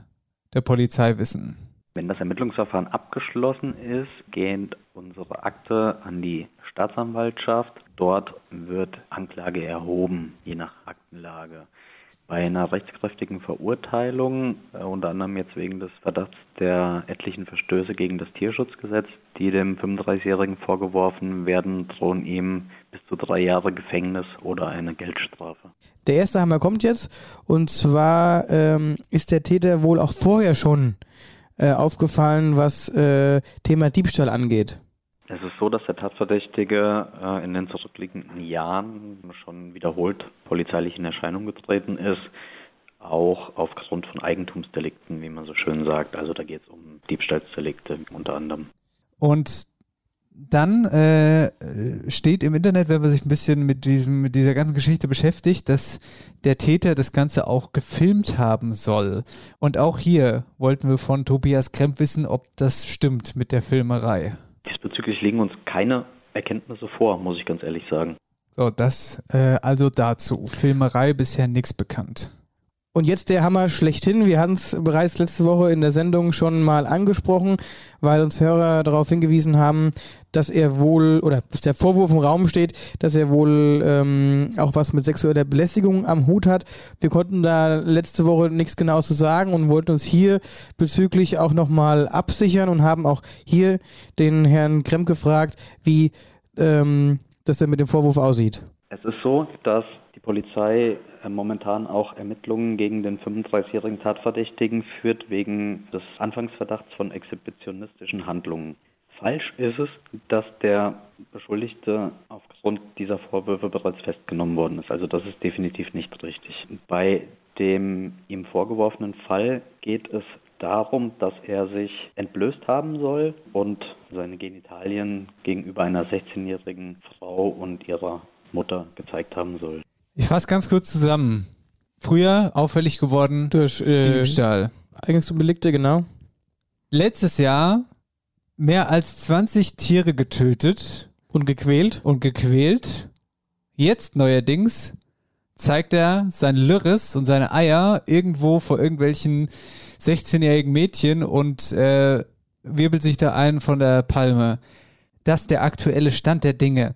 Speaker 5: der Polizei wissen.
Speaker 7: Wenn das Ermittlungsverfahren abgeschlossen ist, geht unsere Akte an die Staatsanwaltschaft. Dort wird Anklage erhoben, je nach Aktenlage. Bei einer rechtskräftigen Verurteilung, äh, unter anderem jetzt wegen des Verdachts der etlichen Verstöße gegen das Tierschutzgesetz, die dem 35-Jährigen vorgeworfen werden, drohen ihm bis zu drei Jahre Gefängnis oder eine Geldstrafe.
Speaker 4: Der erste Hammer kommt jetzt. Und zwar ähm, ist der Täter wohl auch vorher schon äh, aufgefallen, was äh, Thema Diebstahl angeht.
Speaker 7: Es ist so, dass der Tatverdächtige äh, in den zurückliegenden Jahren schon wiederholt polizeilich in Erscheinung getreten ist, auch aufgrund von Eigentumsdelikten, wie man so schön sagt. Also da geht es um Diebstahlsdelikte unter anderem.
Speaker 5: Und dann äh, steht im Internet, wenn man sich ein bisschen mit, diesem, mit dieser ganzen Geschichte beschäftigt, dass der Täter das Ganze auch gefilmt haben soll. Und auch hier wollten wir von Tobias Kremp wissen, ob das stimmt mit der Filmerei.
Speaker 7: Diesbezüglich liegen uns keine Erkenntnisse vor, muss ich ganz ehrlich sagen.
Speaker 5: So, das äh, also dazu. Filmerei bisher nichts bekannt.
Speaker 4: Und jetzt der Hammer schlechthin. Wir hatten es bereits letzte Woche in der Sendung schon mal angesprochen, weil uns Hörer darauf hingewiesen haben, dass er wohl, oder dass der Vorwurf im Raum steht, dass er wohl ähm, auch was mit sexueller Belästigung am Hut hat. Wir konnten da letzte Woche nichts genau zu sagen und wollten uns hier bezüglich auch nochmal absichern und haben auch hier den Herrn Kremp gefragt, wie ähm, das denn mit dem Vorwurf aussieht.
Speaker 7: Es ist so, dass die Polizei äh, momentan auch Ermittlungen gegen den 35-jährigen Tatverdächtigen führt wegen des Anfangsverdachts von exhibitionistischen Handlungen. Falsch ist es, dass der Beschuldigte aufgrund dieser Vorwürfe bereits festgenommen worden ist. Also das ist definitiv nicht richtig. Bei dem ihm vorgeworfenen Fall geht es darum, dass er sich entblößt haben soll und seine Genitalien gegenüber einer 16-jährigen Frau und ihrer Mutter gezeigt haben soll.
Speaker 5: Ich fasse ganz kurz zusammen. Früher auffällig geworden
Speaker 4: Durch äh,
Speaker 5: Diebstahl.
Speaker 4: Eigentumsbelegte, genau.
Speaker 5: Letztes Jahr mehr als 20 Tiere getötet
Speaker 4: Und gequält.
Speaker 5: und gequält. Jetzt neuerdings zeigt er sein Lürres und seine Eier irgendwo vor irgendwelchen 16-jährigen Mädchen und äh, wirbelt sich da einen von der Palme. Das ist der aktuelle Stand der Dinge.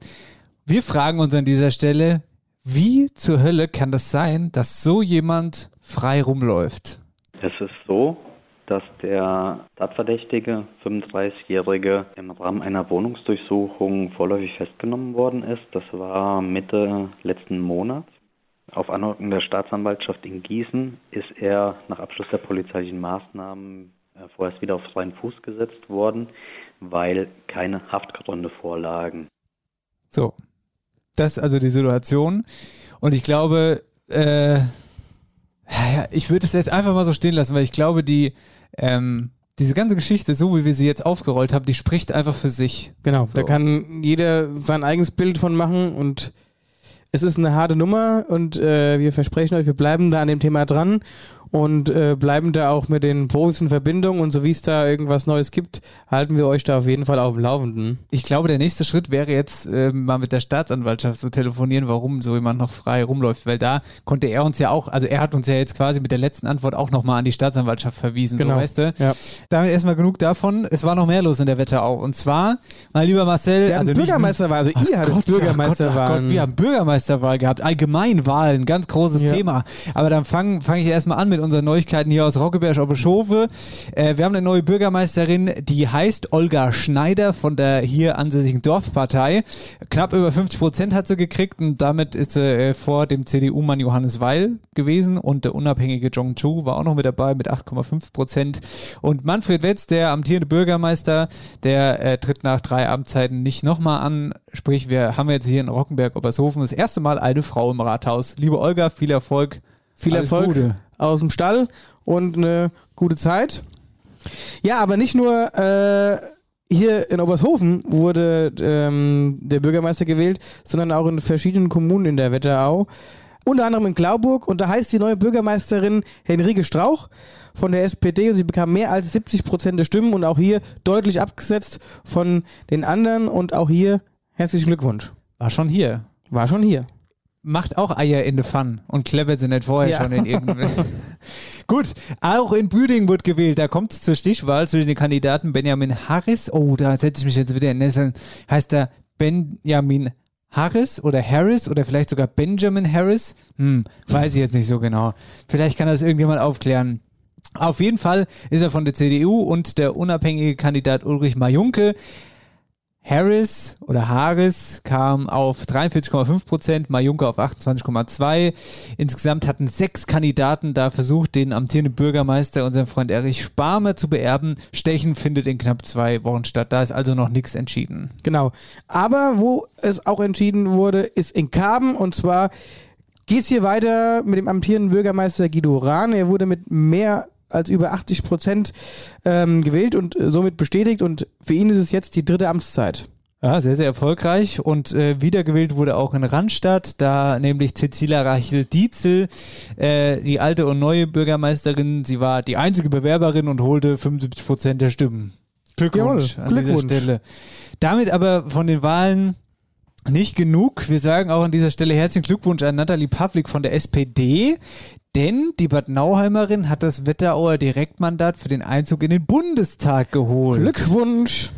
Speaker 5: Wir fragen uns an dieser Stelle, wie zur Hölle kann das sein, dass so jemand frei rumläuft?
Speaker 7: Es ist so, dass der Tatverdächtige, 35-Jährige, im Rahmen einer Wohnungsdurchsuchung vorläufig festgenommen worden ist. Das war Mitte letzten Monats. Auf Anordnung der Staatsanwaltschaft in Gießen ist er nach Abschluss der polizeilichen Maßnahmen äh, vorerst wieder auf freien Fuß gesetzt worden, weil keine Haftgründe vorlagen.
Speaker 5: So. Das ist also die Situation. Und ich glaube, äh, ja, ich würde es jetzt einfach mal so stehen lassen, weil ich glaube, die, ähm, diese ganze Geschichte, so wie wir sie jetzt aufgerollt haben, die spricht einfach für sich.
Speaker 4: Genau,
Speaker 5: So.
Speaker 4: da kann jeder sein eigenes Bild von machen und es ist eine harte Nummer und äh, wir versprechen euch, wir bleiben da an dem Thema dran und äh, bleiben da auch mit den Profis in Verbindung und so wie es da irgendwas Neues gibt, halten wir euch da auf jeden Fall auf dem Laufenden.
Speaker 5: Ich glaube, der nächste Schritt wäre jetzt äh, mal mit der Staatsanwaltschaft zu telefonieren, warum so jemand noch frei rumläuft, weil da konnte er uns ja auch, also er hat uns ja jetzt quasi mit der letzten Antwort auch nochmal an die Staatsanwaltschaft verwiesen,
Speaker 4: Genau.
Speaker 5: so weißt du.
Speaker 4: Ja.
Speaker 5: Damit erstmal genug davon. Es war noch mehr los in der Wetterau. Und zwar, mein lieber Marcel,
Speaker 4: Der
Speaker 5: also
Speaker 4: also
Speaker 5: nicht-
Speaker 4: Bürgermeister war, also ihr hattet
Speaker 5: Gott,
Speaker 4: Bürgermeisterwahlen.
Speaker 5: Ach Gott, wir haben Bürgermeisterwahl gehabt. Allgemeinwahlen, ganz großes
Speaker 4: Ja.
Speaker 5: Thema. Aber dann fange fang ich erstmal an mit unseren Neuigkeiten hier aus Rockeberg Obeschhofe. Äh, wir haben eine neue Bürgermeisterin, die heißt Olga Schneider von der hier ansässigen Dorfpartei. Knapp über 50 Prozent hat sie gekriegt und damit ist sie äh, vor dem CDU-Mann Johannes Weil gewesen und der unabhängige Jong Chu war auch noch mit dabei mit 8,5 Prozent. Und Manfred Wetz, der amtierende Bürgermeister, der äh, tritt nach drei Amtszeiten nicht nochmal an. Sprich, wir haben jetzt hier in Rockenberg Obershofen das erste Mal eine Frau im Rathaus. Liebe Olga, viel Erfolg.
Speaker 4: Viel
Speaker 5: Alles
Speaker 4: Erfolg
Speaker 5: Gute.
Speaker 4: aus dem Stall und eine gute Zeit. Ja, aber nicht nur äh, hier in Obershofen wurde ähm, der Bürgermeister gewählt, sondern auch in verschiedenen Kommunen in der Wetterau. Unter anderem in Glauburg und da heißt die neue Bürgermeisterin Henrike Strauch von der SPD und sie bekam mehr als 70 Prozent der Stimmen und auch hier deutlich abgesetzt von den anderen und auch hier herzlichen Glückwunsch.
Speaker 5: War schon hier.
Speaker 4: War schon hier.
Speaker 5: macht auch Eier in the Fun und clever sind nicht vorher
Speaker 4: Ja.
Speaker 5: schon in irgendeinem. Gut, auch in Büdingen wird gewählt. Da kommt es zur Stichwahl zwischen den Kandidaten Benjamin Harris. Oh, da setze ich mich jetzt wieder in Nesseln. Heißt er Benjamin Harris oder Harris oder vielleicht sogar Benjamin Harris? Hm, weiß ich jetzt nicht so genau. Vielleicht kann das irgendjemand aufklären. Auf jeden Fall ist er von der CDU und der unabhängige Kandidat Ulrich Majunke Harris oder Harris kam auf 43,5 Prozent, Majunka auf 28,2. Insgesamt hatten sechs Kandidaten da versucht, den amtierenden Bürgermeister, unseren Freund Erich Sparme, zu beerben. Stechen findet in knapp zwei Wochen statt. Da ist also noch nichts entschieden.
Speaker 4: Genau. Aber wo es auch entschieden wurde, ist in Karben und zwar geht es hier weiter mit dem amtierenden Bürgermeister Guido Rahn. Er wurde mit mehr als über 80 Prozent ähm, gewählt und äh, somit bestätigt und für ihn ist es jetzt die dritte Amtszeit.
Speaker 5: Ja, sehr, sehr erfolgreich. Und äh, wiedergewählt wurde auch in Randstadt, da nämlich Cecilia Rachel Dietzel, äh, die alte und neue Bürgermeisterin, sie war die einzige Bewerberin und holte 75 Prozent der Stimmen. Glückwunsch
Speaker 4: Jawohl,
Speaker 5: an dieser
Speaker 4: Glückwunsch.
Speaker 5: Stelle. Damit aber von den Wahlen nicht genug. Wir sagen auch an dieser Stelle herzlichen Glückwunsch an Nathalie Pavlik von der SPD, denn die Bad Nauheimerin hat das Wetterauer Direktmandat für den Einzug in den Bundestag geholt.
Speaker 4: Glückwunsch!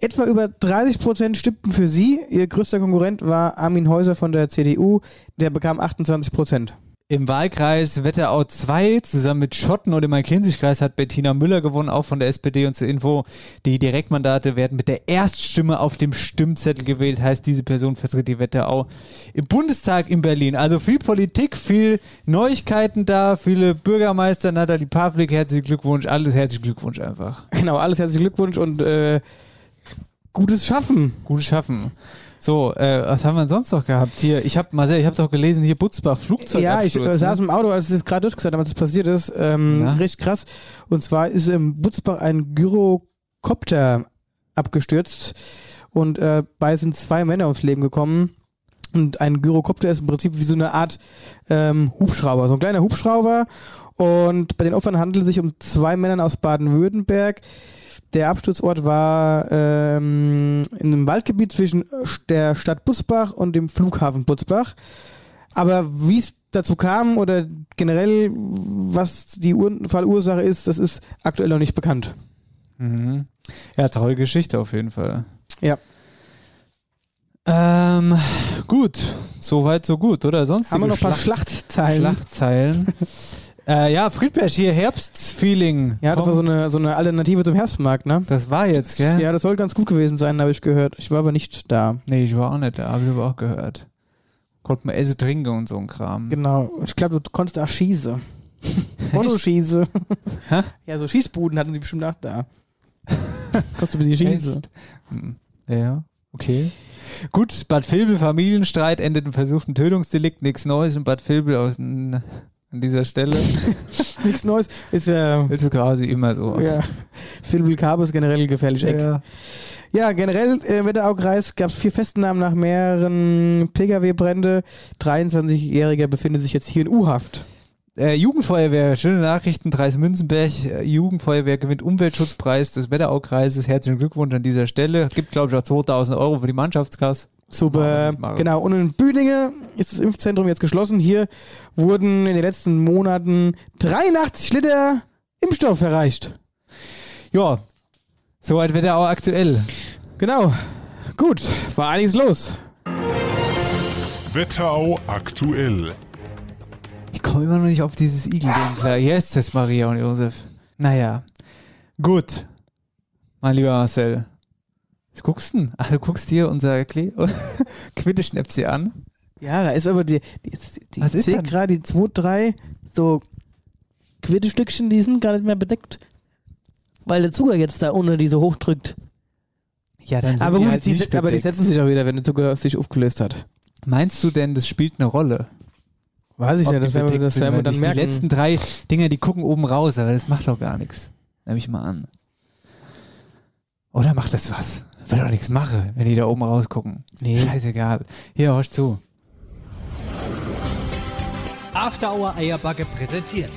Speaker 4: Etwa über 30 Prozent stimmten für sie. Ihr größter Konkurrent war Armin Häuser von der CDU. Der bekam 28 Prozent.
Speaker 5: Im Wahlkreis Wetterau 2 zusammen mit Schotten und im Main-Kinzig-Kreis hat Bettina Müller gewonnen, auch von der SPD und zur Info. Die Direktmandate werden mit der Erststimme auf dem Stimmzettel gewählt, heißt diese Person vertritt die Wetterau im Bundestag in Berlin. Also viel Politik, viel Neuigkeiten da, viele Bürgermeister, Nathalie Pavlik, herzlichen Glückwunsch, alles herzlichen Glückwunsch einfach.
Speaker 4: Genau, alles herzlichen Glückwunsch und äh, gutes Schaffen.
Speaker 5: Gutes Schaffen. So, äh, was haben wir denn sonst noch gehabt? Hier, ich habe Marcel, ich habe doch gelesen, hier Butzbach, ne? Flugzeug.
Speaker 4: Ja, ich äh, saß im Auto, als ich das gerade durchgesagt habe, als das passiert ist. Ähm,
Speaker 5: Ja.
Speaker 4: Richtig krass. Und zwar ist im Butzbach ein Gyrokopter abgestürzt und äh, bei sind zwei Männer ums Leben gekommen. Und ein Gyrokopter ist im Prinzip wie so eine Art ähm, Hubschrauber, so ein kleiner Hubschrauber. Und bei den Opfern handelt es sich um zwei Männer aus Baden-Württemberg. Der Absturzort war ähm, in einem Waldgebiet zwischen der Stadt Butzbach und dem Flughafen Butzbach. Aber wie es dazu kam oder generell, was die Ur Fallursache ist, das ist aktuell noch nicht bekannt.
Speaker 5: Mhm. Ja, tolle Geschichte auf jeden Fall.
Speaker 4: Ja.
Speaker 5: Ähm, gut, soweit so gut, oder? Sonst
Speaker 4: Haben wir noch ein paar Schlachtzeilen?
Speaker 5: Schlachtzeilen. äh, ja, Friedberg hier Herbstfeeling.
Speaker 4: Ja, das
Speaker 5: Komm,
Speaker 4: war so eine, so eine Alternative zum Herbstmarkt, ne?
Speaker 5: das war jetzt, gell?
Speaker 4: Ja, das soll ganz gut gewesen sein, habe ich gehört. Ich war aber nicht da.
Speaker 5: Nee, ich war auch nicht da, hab ich aber auch gehört. Konnte man essen, trinken und so ein Kram.
Speaker 4: Genau. Ich glaube, du konntest auch schießen. Fotoschieße.
Speaker 5: Hä?
Speaker 4: ja, so Schießbuden hatten sie bestimmt auch da. konntest du ein bisschen schießen.
Speaker 5: Echt? Hm. Ja, okay. Gut, Bad Vilbel, Familienstreit, endet im versuchten Tötungsdelikt, nichts Neues in Bad Vilbel aus, an dieser Stelle.
Speaker 4: Nichts Neues. Ist ja.
Speaker 5: Ist quasi immer so.
Speaker 4: Ja, Phil Kabe ist generell gefährlich. Eck.
Speaker 5: Ja.
Speaker 4: Ja, generell äh, im Wetteraukreis gab es vier Festnahmen nach mehreren Pkw-Brände. 23-Jähriger befindet sich jetzt hier in U-Haft.
Speaker 5: Äh, Jugendfeuerwehr, schöne Nachrichten, Dreis-Münzenberg. Äh, Jugendfeuerwehr gewinnt Umweltschutzpreis des Wetteraukreises. Herzlichen Glückwunsch an dieser Stelle. Gibt, glaube ich, auch 2000 Euro für die Mannschaftskasse.
Speaker 4: Super.
Speaker 5: Wahnsinn, Mara.
Speaker 4: Genau. Und in Bühninge ist das Impfzentrum jetzt geschlossen. Hier wurden in den letzten Monaten 83 Liter Impfstoff erreicht.
Speaker 5: Ja, soweit Wetterau aktuell.
Speaker 4: Genau. Gut, war einiges los.
Speaker 6: Wetterau aktuell.
Speaker 5: Ich komme immer noch nicht auf dieses Igel-Ding klar. Hier ist es, Maria und Josef. Naja, gut. Mein lieber Marcel. Was guckst du denn? Ach, du guckst dir unser Kle- Quidditch-Schnäpsi an.
Speaker 4: Ja, da ist aber die, die, die
Speaker 5: Was ist
Speaker 4: ich seh
Speaker 5: denn?
Speaker 4: gerade die 2, 3 so Quiddestückchen, die sind gar nicht mehr bedeckt. Weil der Zucker jetzt da ohne diese hochdrückt.
Speaker 5: Ja, dann halt
Speaker 4: Aber gut, die, halt se- aber die setzen sich auch wieder, wenn der Zucker sich aufgelöst hat.
Speaker 5: Meinst du denn, das spielt eine Rolle?
Speaker 4: Weiß ich
Speaker 5: Ob
Speaker 4: nicht,
Speaker 5: die
Speaker 4: das werden wir,
Speaker 5: verdeckt
Speaker 4: das
Speaker 5: sind
Speaker 4: werden wir
Speaker 5: oder
Speaker 4: dann
Speaker 5: nicht.
Speaker 4: merken.
Speaker 5: Die letzten drei Dinger, die gucken oben raus, aber das macht doch gar nichts. Nehme ich mal an. Oder macht das was? Will doch nichts machen, wenn die da oben rausgucken. Nee. Scheißegal. Hier, horch zu.
Speaker 8: After Hour Eierbacke präsentiert.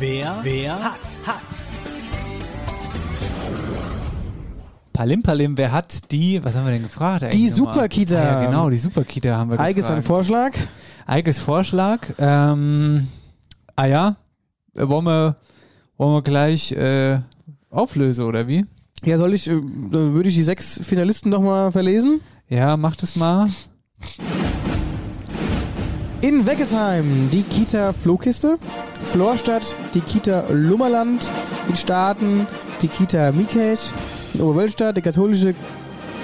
Speaker 8: Wer, wer hat, hat.
Speaker 5: Palim Palim, wer hat die, was haben wir denn gefragt eigentlich?
Speaker 4: Die
Speaker 5: nochmal?
Speaker 4: Superkita.
Speaker 5: Ah, ja, genau, die Superkita haben wir
Speaker 4: Eike ist
Speaker 5: gefragt.
Speaker 4: ein Vorschlag.
Speaker 5: Eikes Vorschlag. Ähm, ah ja, Äh, wollen wir, wollen wir gleich äh, auflösen oder wie?
Speaker 4: Ja, soll ich, äh, dann würde ich die sechs Finalisten doch mal verlesen.
Speaker 5: Ja, mach das mal.
Speaker 4: In Weckesheim die Kita Flohkiste, Florstadt die Kita Lummerland, in Staaten die Kita Mikech, in Oberwölstadt, die katholische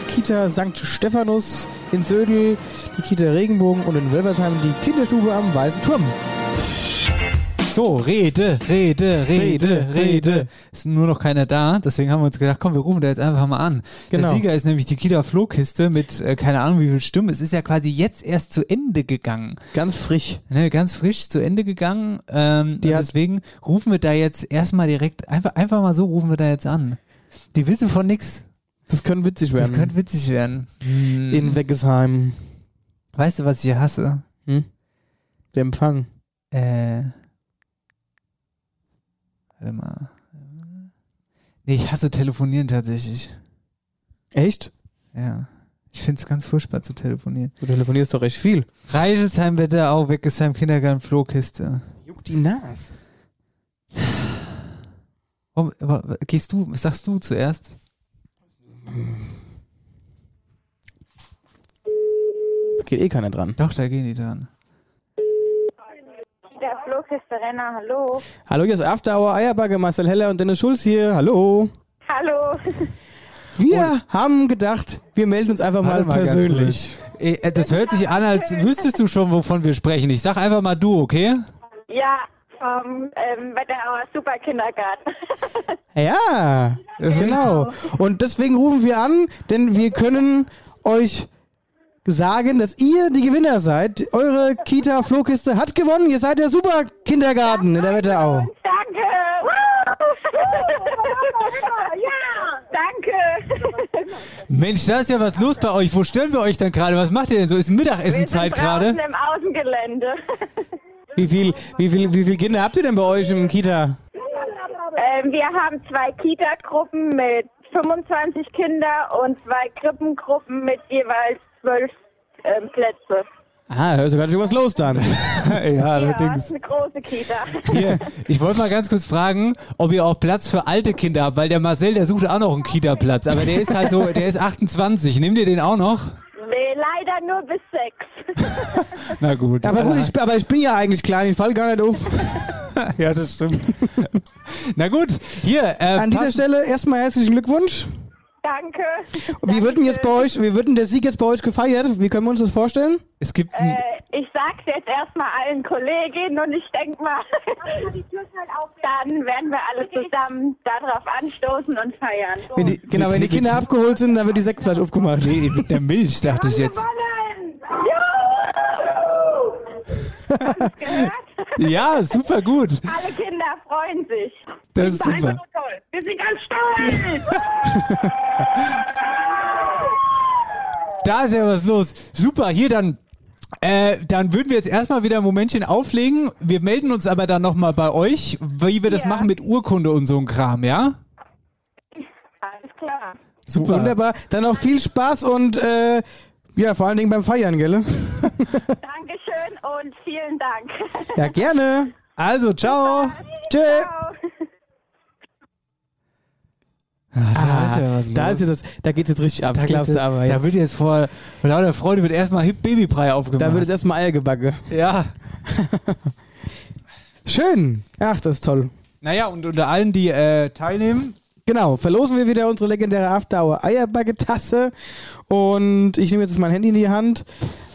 Speaker 4: Kita St. Stephanus in Södel, die Kita Regenbogen und in Wölversheim die Kinderstube am Weißen Turm.
Speaker 5: So, Rede, Rede, Rede,
Speaker 4: Rede.
Speaker 5: Rede. Ist nur noch keiner da, deswegen haben wir uns gedacht, komm, wir rufen da jetzt einfach mal an.
Speaker 4: Genau.
Speaker 5: Der Sieger ist nämlich die Kita Flohkiste mit äh, keine Ahnung wie viel Stimmen. Es ist ja quasi jetzt erst zu Ende gegangen.
Speaker 4: Ganz frisch.
Speaker 5: Ne, ganz frisch zu Ende gegangen. Ähm,
Speaker 4: Die
Speaker 5: und
Speaker 4: hat-
Speaker 5: deswegen rufen wir da jetzt erstmal direkt, einfach, einfach mal so rufen wir da jetzt an. Die wissen von nix.
Speaker 4: Das könnte witzig
Speaker 5: Das
Speaker 4: werden.
Speaker 5: könnte witzig werden. Hm.
Speaker 4: in Weggesheim.
Speaker 5: weißt du, was ich hier hasse?
Speaker 4: Der Empfang.
Speaker 5: Äh. Warte mal. Nee, ich hasse telefonieren tatsächlich.
Speaker 4: Echt?
Speaker 5: Ja. Ich find's ganz furchtbar zu telefonieren.
Speaker 4: Du telefonierst doch recht viel.
Speaker 5: Reichelsheim, Wetterau, Weckesheim, Kindergarten, Flohkiste.
Speaker 4: Juckt die Nase.
Speaker 5: Warum, wa- gehst du, was sagst du zuerst?
Speaker 4: Geht eh keiner dran.
Speaker 5: Doch, da gehen die dran.
Speaker 9: Der Flo Renner, hallo.
Speaker 4: Hallo, hier ist After Hour Eierbagger, Marcel Heller und Dennis Schulz hier. Hallo.
Speaker 9: Hallo.
Speaker 4: Wir haben gedacht, wir melden uns einfach mal,
Speaker 5: Warte mal ganz
Speaker 4: persönlich.
Speaker 5: Äh, äh, Das hört sich an, als wüsstest du schon, wovon wir sprechen. Ich sag einfach mal du, okay?
Speaker 9: Ja, vom ähm, Wetterauer Superkindergarten.
Speaker 4: Ja, genau. Und deswegen rufen wir an, denn wir können euch sagen, dass ihr die Gewinner seid. Eure Kita Flohkiste hat gewonnen. Ihr seid der Super Kindergarten in der Wetterau.
Speaker 9: danke. Woo! ja, danke.
Speaker 5: Mensch, da ist ja was los bei euch. Wo stellen wir euch dann gerade? Was macht ihr denn so? Ist Mittagessenzeit gerade?
Speaker 9: draußen im Außengelände.
Speaker 4: Wie viel, wie viel, wie viel Kinder habt ihr denn bei euch im Kita?
Speaker 9: ähm, wir haben zwei Kita-Gruppen mit 25 Kinder und zwei Krippengruppen mit jeweils zwölf ähm, Plätze.
Speaker 4: Ah, da ist ja ganz schön was los dann.
Speaker 5: ja,
Speaker 9: Ja, ist eine große Kita.
Speaker 5: Hier, ich wollte mal ganz kurz fragen, ob ihr auch Platz für alte Kinder habt, weil der Marcel, der sucht auch noch einen Kita-Platz, aber der ist halt so, der ist 28. Nehmt ihr den auch noch?
Speaker 9: nee, leider nur bis sechs.
Speaker 5: Na gut.
Speaker 4: Aber gut, ich, aber ich bin ja eigentlich klein, ich fall gar nicht auf.
Speaker 5: ja, das stimmt. Na gut, hier, äh,
Speaker 4: An dieser
Speaker 5: pass-
Speaker 4: Stelle erstmal herzlichen Glückwunsch.
Speaker 9: Danke.
Speaker 4: Wie wird denn jetzt bei euch, wie wird denn der Sieg jetzt bei euch gefeiert? Wie können wir uns das vorstellen?
Speaker 5: es gibt ein,
Speaker 9: Äh, ich sag's jetzt erstmal allen Kolleginnen und ich denk mal, dann werden wir alle zusammen darauf anstoßen und feiern.
Speaker 4: Wenn die, genau, wenn die Kinder abgeholt sind, dann wird die Sektflasche aufgemacht.
Speaker 5: nee, mit der Milch, dachte ich jetzt.
Speaker 9: Gewonnen! Juhu! Haben's gehört?
Speaker 5: Ja, super gut.
Speaker 9: Alle Kinder freuen sich.
Speaker 5: Das ist
Speaker 9: Einfach
Speaker 5: super.
Speaker 9: nur toll. Wir sind ganz stolz.
Speaker 5: Da ist ja was los. Super, hier dann. Äh, dann würden wir jetzt erstmal wieder ein Momentchen auflegen. Wir melden uns aber dann nochmal bei euch, wie wir das
Speaker 9: Ja.
Speaker 5: machen mit Urkunde und so ein Kram, ja?
Speaker 9: Alles klar.
Speaker 5: Super.
Speaker 4: Wunderbar. Dann noch viel Spaß und äh, ja, vor allen Dingen beim Feiern, gell?
Speaker 9: Dankeschön und vielen Dank.
Speaker 4: Ja, gerne.
Speaker 5: Also, ciao.
Speaker 4: Tschö.
Speaker 9: Ciao.
Speaker 5: Ah, da ist ja was
Speaker 4: Ah, Da
Speaker 5: los.
Speaker 4: ist jetzt das, da geht's jetzt richtig ab. Da das glaubst du aber jetzt.
Speaker 5: Da wird jetzt vor, vor lauter Freude wird erstmal Hip Babybrei aufgemacht.
Speaker 4: da wird jetzt erstmal Eier gebacke.
Speaker 5: ja.
Speaker 4: Schön. Ach, das ist toll.
Speaker 5: Naja, und unter allen, die äh, teilnehmen,
Speaker 4: Genau, verlosen wir wieder unsere legendäre Afterhour Eierbacke-Tasse. Und ich nehme jetzt mein Handy in die Hand.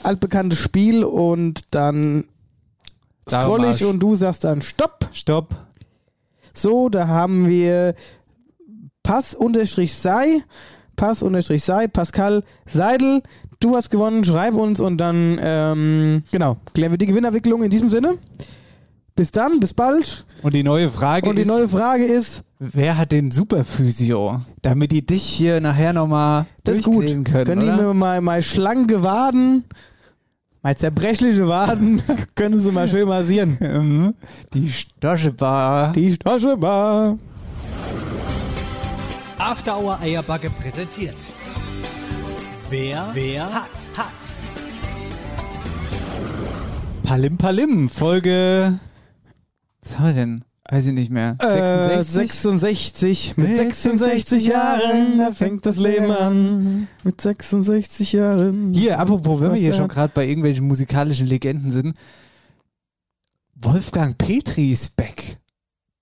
Speaker 4: Altbekanntes Spiel und dann
Speaker 5: Sarah
Speaker 4: scroll ich
Speaker 5: Marsch.
Speaker 4: und du sagst dann Stopp.
Speaker 5: Stopp.
Speaker 4: So, da haben wir Pass unterstrich sei, Pass unterstrich sei, Pascal Seidel. Du hast gewonnen, schreib uns und dann, ähm, genau, klären wir die Gewinnerwicklung in diesem Sinne. Bis dann, bis bald.
Speaker 5: Und die neue Frage
Speaker 4: Und die
Speaker 5: ist,
Speaker 4: neue Frage ist,
Speaker 5: wer hat den Superphysio? Damit die dich hier nachher nochmal
Speaker 4: das ist gut.
Speaker 5: durchkriegen können,
Speaker 4: können die
Speaker 5: oder?
Speaker 4: mir mal, mal schlanke Waden, mal zerbrechliche Waden, können sie mal schön massieren.
Speaker 5: Mhm. Die Stoschebar.
Speaker 4: Die Tasche war.
Speaker 8: After Hour Eierbacke präsentiert. Wer, wer hat, hat.
Speaker 5: Palim Palim, Folge... Was haben wir denn? Weiß ich nicht mehr.
Speaker 4: Äh,
Speaker 5: 66?
Speaker 4: 66. Äh, Mit 66 Jahren, da fängt das Leben an. Mit 66 Jahren.
Speaker 5: Hier, apropos, wenn
Speaker 4: Was
Speaker 5: wir hier
Speaker 4: denn?
Speaker 5: schon gerade bei irgendwelchen musikalischen Legenden sind. Wolfgang Petri ist back.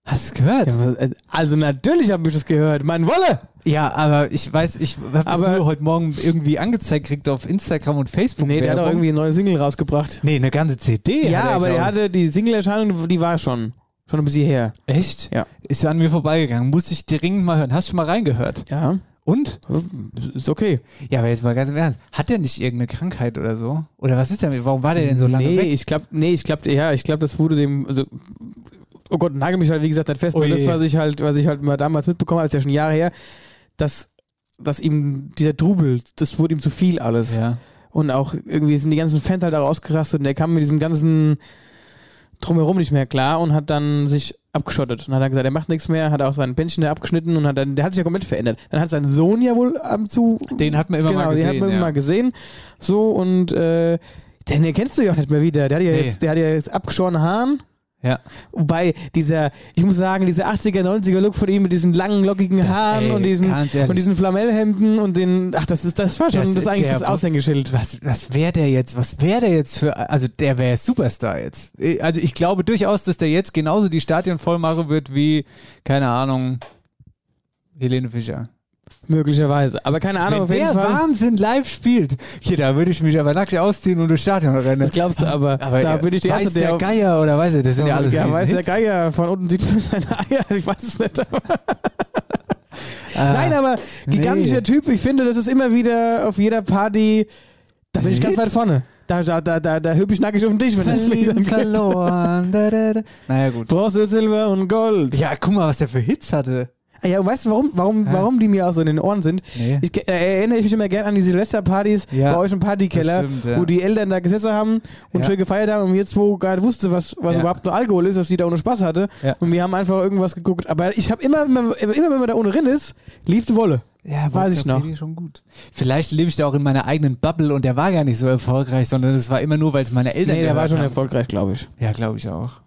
Speaker 5: Hast du es gehört? Ja,
Speaker 4: Also natürlich habe ich das gehört. Mein Wolle!
Speaker 5: aber ich weiß, ich habe das
Speaker 4: Aber-
Speaker 5: nur heute Morgen irgendwie angezeigt gekriegt auf Instagram und Facebook.
Speaker 4: Nee, der hat auch
Speaker 5: Werbung.
Speaker 4: irgendwie eine neue Single rausgebracht.
Speaker 5: Nee, eine ganze CD.
Speaker 4: Ja,
Speaker 5: hat er,
Speaker 4: aber
Speaker 5: glaub
Speaker 4: der
Speaker 5: ich.
Speaker 4: hatte die Single-Erscheinung, die war schon. Schon ein bisschen her.
Speaker 5: Echt?
Speaker 4: Ja.
Speaker 5: Ist an mir vorbeigegangen. Muss ich dringend mal hören. Hast du mal reingehört?
Speaker 4: Ja.
Speaker 5: Und?
Speaker 4: Ist okay.
Speaker 5: Ja, aber jetzt mal ganz im Ernst. Hat der nicht irgendeine Krankheit oder so? Oder was ist denn? Warum war der denn so lange
Speaker 4: nee,
Speaker 5: weg?
Speaker 4: ich glaube, nee, ich glaube, ja, ich glaube, das wurde dem, also, oh Gott, nagel mich halt, wie gesagt, nicht fest,
Speaker 5: Oh
Speaker 4: weil das,
Speaker 5: je.
Speaker 4: was ich halt, was ich halt mal damals mitbekommen habe, ist ja schon Jahre her, dass, dass ihm dieser Trubel, das wurde ihm zu viel alles.
Speaker 5: Ja.
Speaker 4: Und auch irgendwie sind die ganzen Fans halt auch ausgerastet und er kam mit diesem ganzen Drumherum nicht mehr klar und hat dann sich abgeschottet und hat dann gesagt, er macht nichts mehr, hat auch sein Bändchen da abgeschnitten und hat dann, der hat sich ja komplett verändert. Dann hat sein Sohn ja wohl ab und zu
Speaker 5: Den hat man immer
Speaker 4: genau,
Speaker 5: mal gesehen.
Speaker 4: die hat man
Speaker 5: ja.
Speaker 4: mal gesehen. So und äh, den erkennst du ja auch nicht mehr wieder. Der hat ja
Speaker 5: Nee.
Speaker 4: jetzt, der hat ja jetzt abgeschorene Haaren.
Speaker 5: ja.
Speaker 4: Wobei dieser, ich muss sagen, dieser 80er, 90er Look von ihm mit diesen langen, lockigen Haaren
Speaker 5: ey,
Speaker 4: und diesen
Speaker 5: ganz ehrlich.
Speaker 4: und diesen Flamellhemden und den, ach, das ist das war schon
Speaker 5: Das-
Speaker 4: das, ist eigentlich
Speaker 5: der-
Speaker 4: das Aushängeschild.
Speaker 5: Was, was wäre der jetzt? Was wäre der jetzt für. Also, der wäre Superstar jetzt. Äh, Also, ich glaube durchaus, dass der jetzt genauso die Stadien voll machen wird wie, keine Ahnung, Helene Fischer.
Speaker 4: Möglicherweise. Aber keine Ahnung,
Speaker 5: Wenn
Speaker 4: auf jeden
Speaker 5: der
Speaker 4: Fall.
Speaker 5: Wahnsinn live spielt, hier, da würde ich mich aber nackt ausziehen und durchs Stadion rennen.
Speaker 4: Das glaubst du aber. da bin ich der
Speaker 5: weiß
Speaker 4: Erste, der.
Speaker 5: der Geier oder weiß er, das sind ja alles
Speaker 4: ja, weiß der
Speaker 5: Riesenhits.
Speaker 4: Geier, von unten sieht man seine Eier, ich weiß es nicht.
Speaker 5: Ah.
Speaker 4: Nein, aber gigantischer
Speaker 5: nee.
Speaker 4: Typ. Ich finde, das ist immer wieder auf jeder Party. Da bin
Speaker 5: ist
Speaker 4: ich ganz
Speaker 5: ein Hit.
Speaker 4: weit vorne. Da, da, da, da, da hüpf ich nackig auf den Tisch, wenn das Lied
Speaker 5: Verlieben,
Speaker 4: angeht.
Speaker 5: verloren. Da, da, da. Naja, gut.
Speaker 4: Bronze, Silber und Gold.
Speaker 5: Ja, guck mal, was der für Hits hatte.
Speaker 4: Ah Ja, und weißt du, warum, warum, warum die mir auch so in den Ohren sind?
Speaker 5: Nee.
Speaker 4: Ich ge- äh, erinnere ich mich immer gerne an die Silvesterpartys
Speaker 5: Ja,
Speaker 4: bei euch im Partykeller,
Speaker 5: das stimmt, ja.
Speaker 4: wo die Eltern da gesessen haben und
Speaker 5: Ja.
Speaker 4: schön gefeiert haben und wir zwei gar nicht wussten, was, was
Speaker 5: Ja.
Speaker 4: überhaupt nur Alkohol ist, dass die da ohne Spaß hatte.
Speaker 5: Ja.
Speaker 4: Und wir haben einfach irgendwas geguckt. Aber ich habe immer, immer, immer, wenn man da ohne drin ist, lief die Wolle.
Speaker 5: Ja,
Speaker 4: Weiß ich
Speaker 5: Wolfgang
Speaker 4: noch.
Speaker 5: Petri ist schon gut. Vielleicht lebe ich da auch in meiner eigenen Bubble und der war gar nicht so erfolgreich, sondern es war immer nur, weil es meine Eltern
Speaker 4: Nee, der war
Speaker 5: gehört
Speaker 4: schon
Speaker 5: haben.
Speaker 4: erfolgreich, glaube ich.
Speaker 5: Ja, glaube ich auch.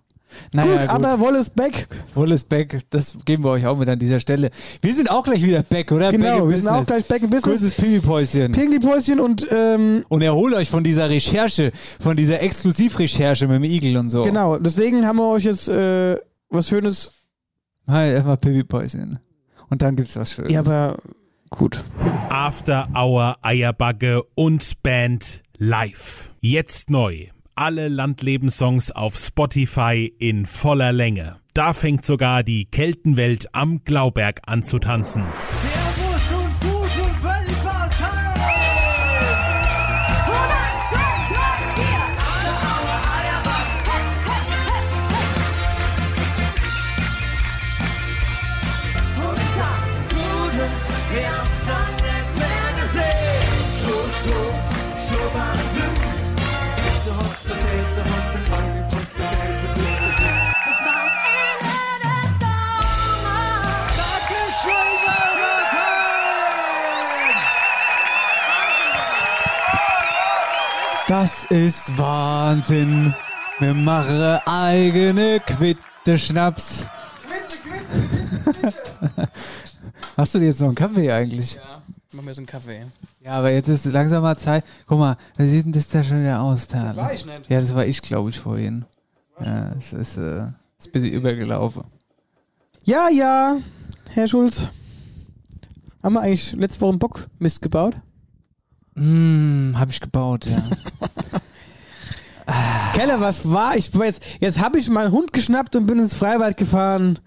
Speaker 5: Naja, gut,
Speaker 4: aber Wolle ist back.
Speaker 5: Wolle ist back, das geben wir euch auch mit an dieser Stelle. Wir sind auch gleich wieder back, oder? back
Speaker 4: Genau,
Speaker 5: im
Speaker 4: wir sind auch gleich
Speaker 5: Business.
Speaker 4: back im Business.
Speaker 5: Kurzes Pipi-Päuschen.
Speaker 4: Pingelpäuschen und ähm,
Speaker 5: Und erholt euch von dieser Recherche, von dieser Exklusivrecherche mit dem Igel und so.
Speaker 4: genau, deswegen haben wir euch jetzt äh, was Schönes.
Speaker 5: Mal erstmal Pipi-Päuschen. Und dann gibt's was Schönes.
Speaker 4: Ja, aber gut.
Speaker 6: After Hour Eierbagge und Band live. Jetzt neu. Alle Landlebenssongs auf Spotify in voller Länge. Da fängt sogar die Keltenwelt am Glauberg an zu tanzen.
Speaker 8: Servus und gute Wölfersheim! 102, 3, 4, alle Aue, Eierbach, hey, hey, hey, hey. Und ich sag, Gute, ihr habt's lang nicht mehr gesehen. Stoh, stoh, stoh bei den Blues. Bist du hot, so selten, so hot, so krank, wie Puch, so selten, so bist du gut. Es war am Ende des Sommers. Dankeschön, Wölfersheim!
Speaker 5: Das ist Wahnsinn. Wir machen eigene Quitte Schnaps. Hast du dir jetzt noch einen Kaffee eigentlich?
Speaker 4: Mach mir so einen Kaffee.
Speaker 5: Ja, aber jetzt ist langsam mal Zeit. Guck mal, wie sieht denn das da schon wieder aus, Tan? Das
Speaker 4: war ich nicht.
Speaker 5: Ja, das war ich, glaube ich, vorhin. Ja, es ist, äh, ist ein bisschen übergelaufen.
Speaker 4: Ja, ja, Herr Schulz. Haben wir eigentlich letzte Woche einen Bock Mist gebaut?
Speaker 5: Hm, hab ich gebaut, ja.
Speaker 4: Keller, was war? Ich weiß, jetzt habe ich meinen Hund geschnappt und bin ins Freiwald gefahren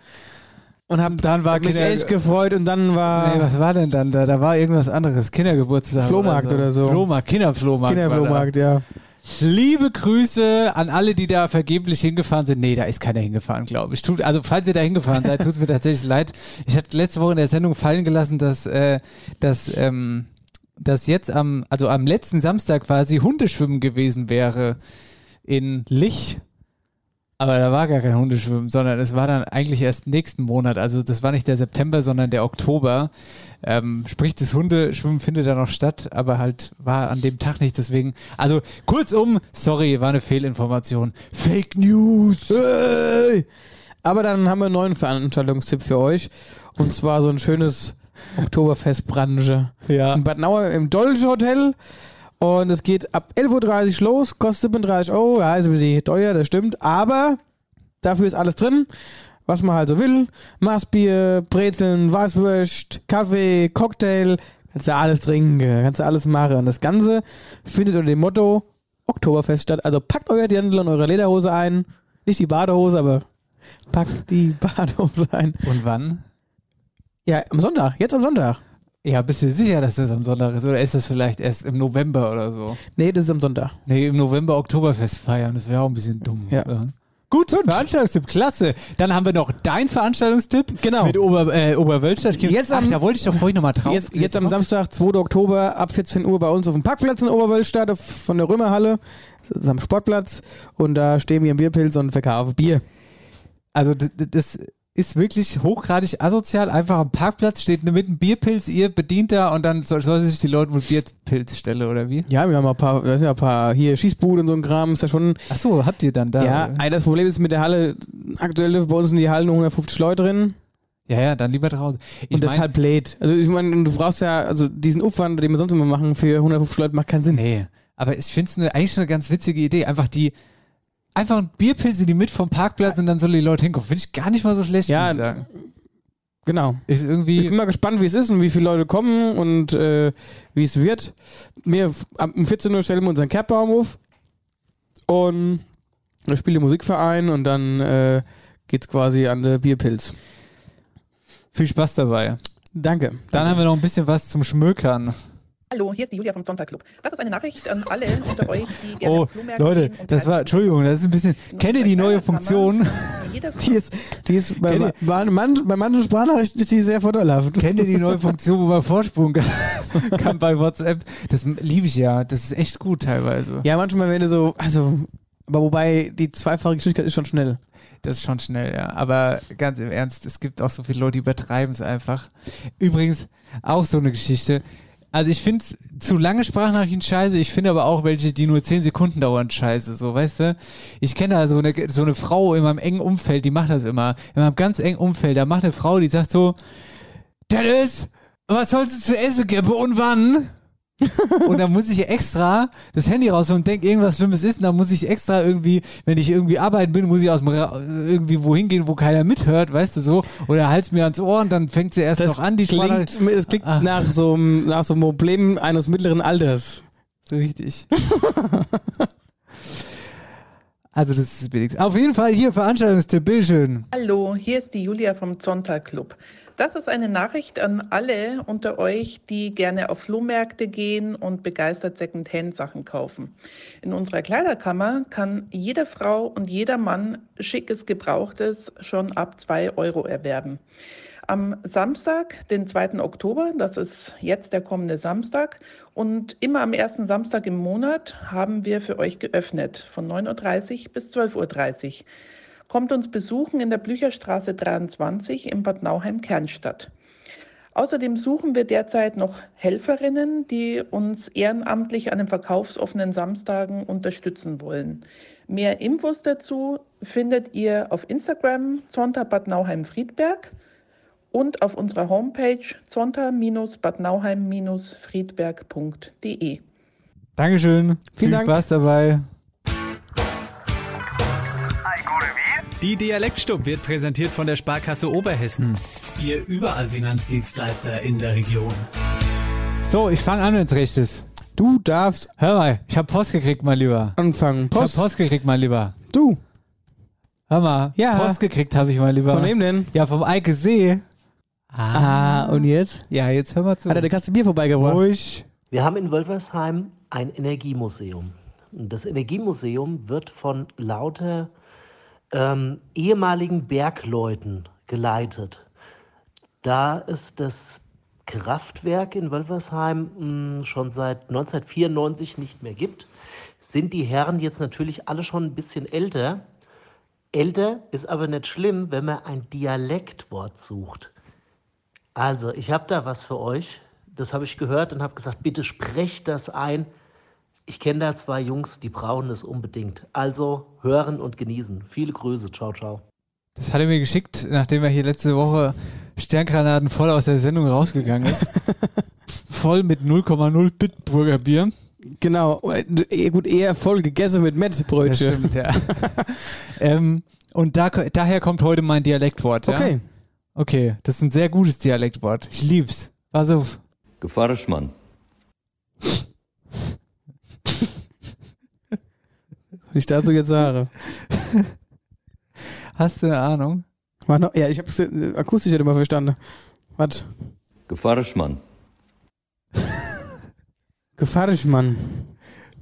Speaker 4: und habe
Speaker 5: Dann war
Speaker 4: mich
Speaker 5: Kinder-
Speaker 4: echt gefreut und dann war
Speaker 5: Nee, was war denn dann da? Da war irgendwas anderes. Kindergeburtstag.
Speaker 4: Flohmarkt oder so.
Speaker 5: Flohmarkt, Kinderflohmarkt. war da.
Speaker 4: Kinderflohmarkt, ja.
Speaker 5: Liebe Grüße an alle, die da vergeblich hingefahren sind. Nee, da ist keiner hingefahren, glaube ich. Tut, also, falls ihr da hingefahren seid, tut es mir tatsächlich leid. Ich hatte letzte Woche in der Sendung fallen gelassen, dass, äh, dass, ähm, dass jetzt am, also am letzten Samstag quasi Hundeschwimmen gewesen wäre in Lich. Aber da war gar kein Hundeschwimmen, sondern es war dann eigentlich erst nächsten Monat. Also das war nicht der September, sondern der Oktober. Ähm, sprich, das Hundeschwimmen findet da noch statt, aber halt war an dem Tag nicht. Deswegen, also kurzum, sorry, war eine Fehlinformation. Fake News.
Speaker 4: Hey! Aber dann haben wir einen neuen Veranstaltungstipp für euch. Und zwar so ein schönes Oktoberfest-Branche.
Speaker 5: Ja.
Speaker 4: In Bad Nauer im Dolce Hotel. Und es geht ab 11.30 Uhr los, kostet 35 Euro. Ja, ist ein bisschen teuer, das stimmt. Aber dafür ist alles drin. was man halt so will. Maßbier, Brezeln, Weißwürst, Kaffee, Cocktail. Kannst du alles trinken, kannst du alles machen. Und das Ganze findet unter dem Motto Oktoberfest statt. Also packt euer Dirndl und eure Lederhose ein. Nicht die Badehose, aber packt die Badehose ein.
Speaker 5: Und wann?
Speaker 4: Ja, am Sonntag, jetzt am Sonntag.
Speaker 5: Ja, bist du sicher, dass das am Sonntag ist? Oder ist das vielleicht erst im November oder so?
Speaker 4: Nee, das ist am Sonntag.
Speaker 5: Nee, im November Oktoberfest feiern. Das wäre auch ein bisschen dumm.
Speaker 4: Ja.
Speaker 5: oder? Gut, Veranstaltungstipp, klasse. Dann haben wir noch deinen Veranstaltungstipp.
Speaker 4: Genau.
Speaker 5: Mit Ober, äh, Oberwölstadt.
Speaker 4: Jetzt
Speaker 5: Ach,
Speaker 4: am-
Speaker 5: da wollte ich doch vorhin nochmal drauf.
Speaker 4: Jetzt, jetzt am Samstag, 2. Oktober, ab 14 Uhr bei uns auf dem Parkplatz in Oberwölstadt auf- von der Römerhalle. Das ist am Sportplatz. Und da stehen wir im Bierpilz und verkaufen Bier.
Speaker 5: Also d- d- das ist wirklich hochgradig asozial. Einfach am Parkplatz steht mit einem Bierpilz, ihr bedient da und dann soll, soll sich die Leute mit Bierpilz stellen oder wie?
Speaker 4: Ja, wir haben ein paar, wir haben ja ein paar hier Schießbuden und so ein Kram. Ist ja schon.
Speaker 5: Ach so, habt ihr dann da?
Speaker 4: ja,
Speaker 5: oder?
Speaker 4: ey, das Problem ist mit der Halle. Aktuell dürfen bei uns in die Halle nur 150 Leute drin.
Speaker 5: ja, ja, dann lieber draußen. Ich
Speaker 4: und das ist
Speaker 5: mein-
Speaker 4: halt blöd. Also, ich meine, du brauchst ja, also diesen Aufwand, den wir sonst immer machen, für 150 Leute macht keinen Sinn.
Speaker 5: Nee, aber ich finde es ne, eigentlich eine ganz witzige Idee. Einfach die, einfach ein Bierpilz in die mit vom Parkplatz und dann sollen die Leute hinkommen. Finde ich gar nicht mal so schlecht,
Speaker 4: Ja,
Speaker 5: muss ich sagen.
Speaker 4: Genau.
Speaker 5: Ist
Speaker 4: Ich
Speaker 5: irgendwie.
Speaker 4: bin mal gespannt, wie es ist und wie viele Leute kommen und äh, wie es wird. Wir, f- ab um 14 Uhr stellen wir unseren Kerbbaum auf und da spielt der Musikverein und dann äh, geht's quasi an den Bierpilz.
Speaker 5: Viel Spaß dabei.
Speaker 4: Danke.
Speaker 5: Dann haben wir noch ein bisschen was zum Schmökern.
Speaker 10: Hallo, hier ist die Julia vom Sonntagclub. Das ist eine Nachricht an alle unter euch, die gerne
Speaker 5: Oh,
Speaker 10: auf Flohmärkte
Speaker 5: Leute,
Speaker 10: gehen und
Speaker 5: das war,
Speaker 10: halt-
Speaker 5: Entschuldigung, das ist ein bisschen. Kennt ihr die neue Funktion?
Speaker 10: Jeder
Speaker 4: die ist, die ist bei,
Speaker 5: Kennt
Speaker 4: bei, man, bei manchen Sprachnachrichten ist die sehr vorteilhaft.
Speaker 5: Kennt ihr die neue Funktion, wo man vorspulen kann, kann bei WhatsApp? Das liebe ich ja. Das ist echt gut teilweise.
Speaker 4: Ja, manchmal wenn du so, also, aber wobei die zweifache Geschwindigkeit ist schon schnell.
Speaker 5: Das ist schon schnell, ja. Aber ganz im Ernst, es gibt auch so viele Leute, die übertreiben es einfach. Übrigens, auch so eine Geschichte. Also ich finde zu lange Sprachnachrichten scheiße, ich finde aber auch welche, die nur 10 Sekunden dauern scheiße, so, weißt du? Ich kenne da so eine, so eine Frau in meinem engen Umfeld, die macht das immer. In meinem ganz engen Umfeld, da macht eine Frau, die sagt so, Dennis, was sollst du zu essen geben und wann? und dann muss ich extra das Handy rausholen und denke, irgendwas Schlimmes ist. Und dann muss ich extra irgendwie, wenn ich irgendwie arbeiten bin, muss ich aus dem Ra irgendwie wohin gehen, wo keiner mithört, weißt du so. Oder halt's mir ans Ohr und dann fängt sie erst noch an, die Sprachnachricht-
Speaker 4: klingt, das klingt
Speaker 5: Ah.
Speaker 4: nach, so, einem- nach so einem Problem eines mittleren Alters.
Speaker 5: Richtig. also das ist das Billigste. Auf jeden Fall hier Veranstaltungstipp, bitteschön.
Speaker 10: Hallo, hier ist die Julia vom Sonntagclub. Das ist eine Nachricht an alle unter euch, die gerne auf Flohmärkte gehen und begeistert Secondhand-Sachen kaufen. In unserer Kleiderkammer kann jede Frau und jeder Mann schickes Gebrauchtes schon ab 2 Euro erwerben. Am Samstag, den 2. Oktober, das ist jetzt der kommende Samstag, und immer am ersten Samstag im Monat haben wir für euch geöffnet, von 9.30 Uhr bis 12.30 Uhr. Kommt uns besuchen in der Blücherstraße 23 im Bad Nauheim Kernstadt. Außerdem suchen wir derzeit noch Helferinnen, die uns ehrenamtlich an den verkaufsoffenen Samstagen unterstützen wollen. Mehr Infos dazu findet ihr auf Instagram Zonta Bad Nauheim Friedberg und auf unserer Homepage zonta-bad nauheim-friedberg.de.
Speaker 5: Dankeschön. Viel
Speaker 4: Dank.
Speaker 5: Spaß dabei.
Speaker 11: Die Dialektstub wird präsentiert von der Sparkasse Oberhessen. Ihr überall Finanzdienstleister in der Region.
Speaker 5: So, ich fange an, wenn's recht ist.
Speaker 4: Du darfst
Speaker 5: Hör mal, ich hab Post gekriegt, mein Lieber.
Speaker 4: anfangen.
Speaker 5: Ich hab Post gekriegt, mein Lieber.
Speaker 4: Du.
Speaker 5: Hör mal,
Speaker 4: Ja.
Speaker 5: Post gekriegt habe ich, mein Lieber.
Speaker 4: Von wem denn?
Speaker 5: Ja, vom Eike See.
Speaker 4: Ah, und jetzt?
Speaker 5: Ja, jetzt hör mal zu.
Speaker 4: Hat er eine Kaste Bier vorbeigebracht?
Speaker 5: Ruhig.
Speaker 12: Wir haben in Wölfersheim ein Energiemuseum. Und Das Energiemuseum wird von lauter ähm, ehemaligen Bergleuten geleitet. Da es das Kraftwerk in Wölfersheim mh, schon seit 1994 nicht mehr gibt, sind die Herren jetzt natürlich alle schon ein bisschen älter. Älter ist aber nicht schlimm, wenn man ein Dialektwort sucht. Also, ich habe da was für euch. Das habe ich gehört und habe gesagt, bitte sprecht das ein. Ich kenne da zwei Jungs, die brauchen es unbedingt. Also hören und genießen. Viele Grüße. Ciao, ciao.
Speaker 5: Das hat er mir geschickt, nachdem er hier letzte Woche Sterngranaten voll aus der Sendung rausgegangen ist. voll mit 0,0 Bitburger Bier.
Speaker 4: Genau. Äh, Gut, eher voll gegessen mit
Speaker 5: Das
Speaker 4: Mettbrötchen.
Speaker 5: stimmt, ja. ähm, Und da, daher kommt heute mein Dialektwort. Ja?
Speaker 4: Okay.
Speaker 5: Okay, das ist ein sehr gutes Dialektwort. Ich lieb's. Pass auf.
Speaker 13: Gefarschmann.
Speaker 4: Ich dazu jetzt sage.
Speaker 5: Hast du eine Ahnung?
Speaker 4: Mach noch, ja, ich hab's äh, akustisch nicht immer verstanden. Was?
Speaker 13: Gefarschmann.
Speaker 4: Gefarschmann.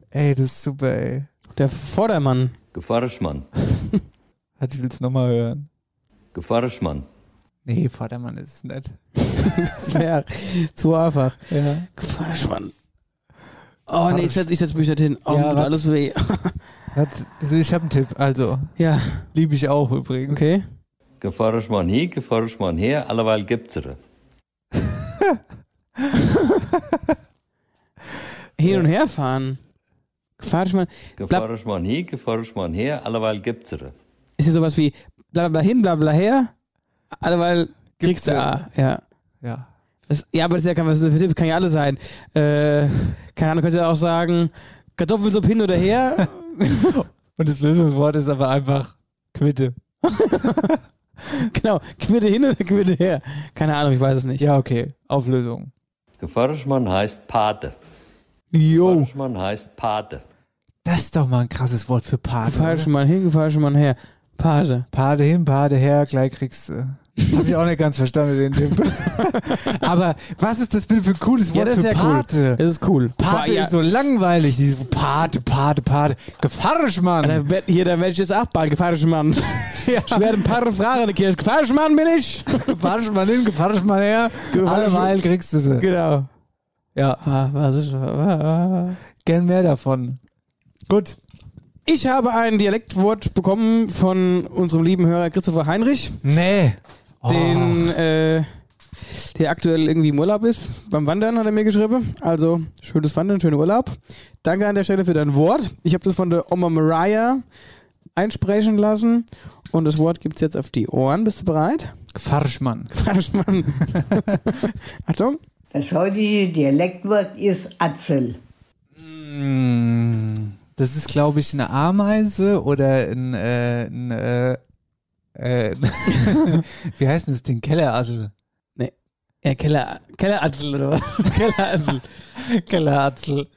Speaker 5: Ey, das ist super, ey.
Speaker 4: Der Vordermann.
Speaker 13: Gefarschmann.
Speaker 5: Hat ich will's nochmal hören.
Speaker 13: Gefarschmann.
Speaker 5: Nee, Vordermann ist es nicht.
Speaker 4: Das wäre zu einfach.
Speaker 5: Ja.
Speaker 4: Gefarschmann. Oh nee, ich setz, ich setz mich nicht hin. Oh,
Speaker 5: Ja,
Speaker 4: tut
Speaker 5: was?
Speaker 4: alles weh.
Speaker 5: Hat, ich habe einen Tipp. Also,
Speaker 4: ja.
Speaker 5: liebe ich auch übrigens.
Speaker 4: Okay.
Speaker 13: Gefarschmann hier, Gefarschmann her, alleweil gibt's ihre.
Speaker 4: Hin und her fahren. Gefarschmann. Bla,
Speaker 13: Gefarschmann hier, Gefarschmann her, alleweil gibt's ihre.
Speaker 4: ist ja sowas wie bla bla hin, bla bla her. Alleweil kriegst du A. Ja.
Speaker 5: Ja.
Speaker 4: Das, ja, aber das ist ja kein, was ist das für ein Tipp? Kann ja alles sein. Äh, keine Ahnung, könnt ihr auch sagen, Kartoffelsuppe hin oder her.
Speaker 5: Und das Lösungswort ist aber einfach Quitte.
Speaker 4: genau, Quitte hin oder Quitte her. Keine Ahnung, ich weiß es nicht.
Speaker 5: Ja, okay. Auflösung.
Speaker 13: Gefarschmann heißt Pate.
Speaker 4: Jo.
Speaker 13: Gefarschmann heißt Pate.
Speaker 5: Das ist doch mal ein krasses Wort für Pate.
Speaker 4: Falsche Mann hin, falsche Mann her. Page.
Speaker 5: Pade hin, Pade her, gleich kriegst du. Hab ich auch nicht ganz verstanden, den Tipp. Aber was ist das bitte für ein cooles Wort für Pate?
Speaker 4: Das ist cool.
Speaker 5: Pate
Speaker 4: Ja.
Speaker 5: ist so langweilig. Diese Pate, Pate, Pate. Gefahrlich, Mann.
Speaker 4: Da werd- hier, da werde ich jetzt auch bald gefahrischen Mann. Ich werde ein paar Fragen in der Kirche. Gefahrischen Mann bin ich.
Speaker 5: Gefahrlich, Mann hin, gefahrlich, Mann her.
Speaker 4: Gefahrlich-
Speaker 5: Alleweil kriegst du sie.
Speaker 4: Genau.
Speaker 5: Ja.
Speaker 4: Ah, Was ist, ah, ah.
Speaker 5: Gern mehr davon. Gut.
Speaker 4: ich habe ein Dialektwort bekommen von unserem lieben Hörer Christopher Heinrich,
Speaker 5: Nee.
Speaker 4: den, äh, der aktuell irgendwie im Urlaub ist. Beim Wandern hat er mir geschrieben. Also, schönes Wandern, schönen Urlaub. Danke an der Stelle für dein Wort. Ich habe das von der Oma Mariah einsprechen lassen. Und das Wort gibt es jetzt auf die Ohren. Bist du bereit?
Speaker 5: Gefahrlich, Mann.
Speaker 4: Falschmann. Achtung.
Speaker 14: Das heutige Dialektwort ist Atzel.
Speaker 5: Mm, Das ist, glaube ich, eine Ameise oder ein, äh, ein äh, äh, wie heißt denn das Ding? Kellerassel.
Speaker 4: Ja, Keller, Kelleratzel oder was? Kelleratzel.
Speaker 5: Kelleratzel.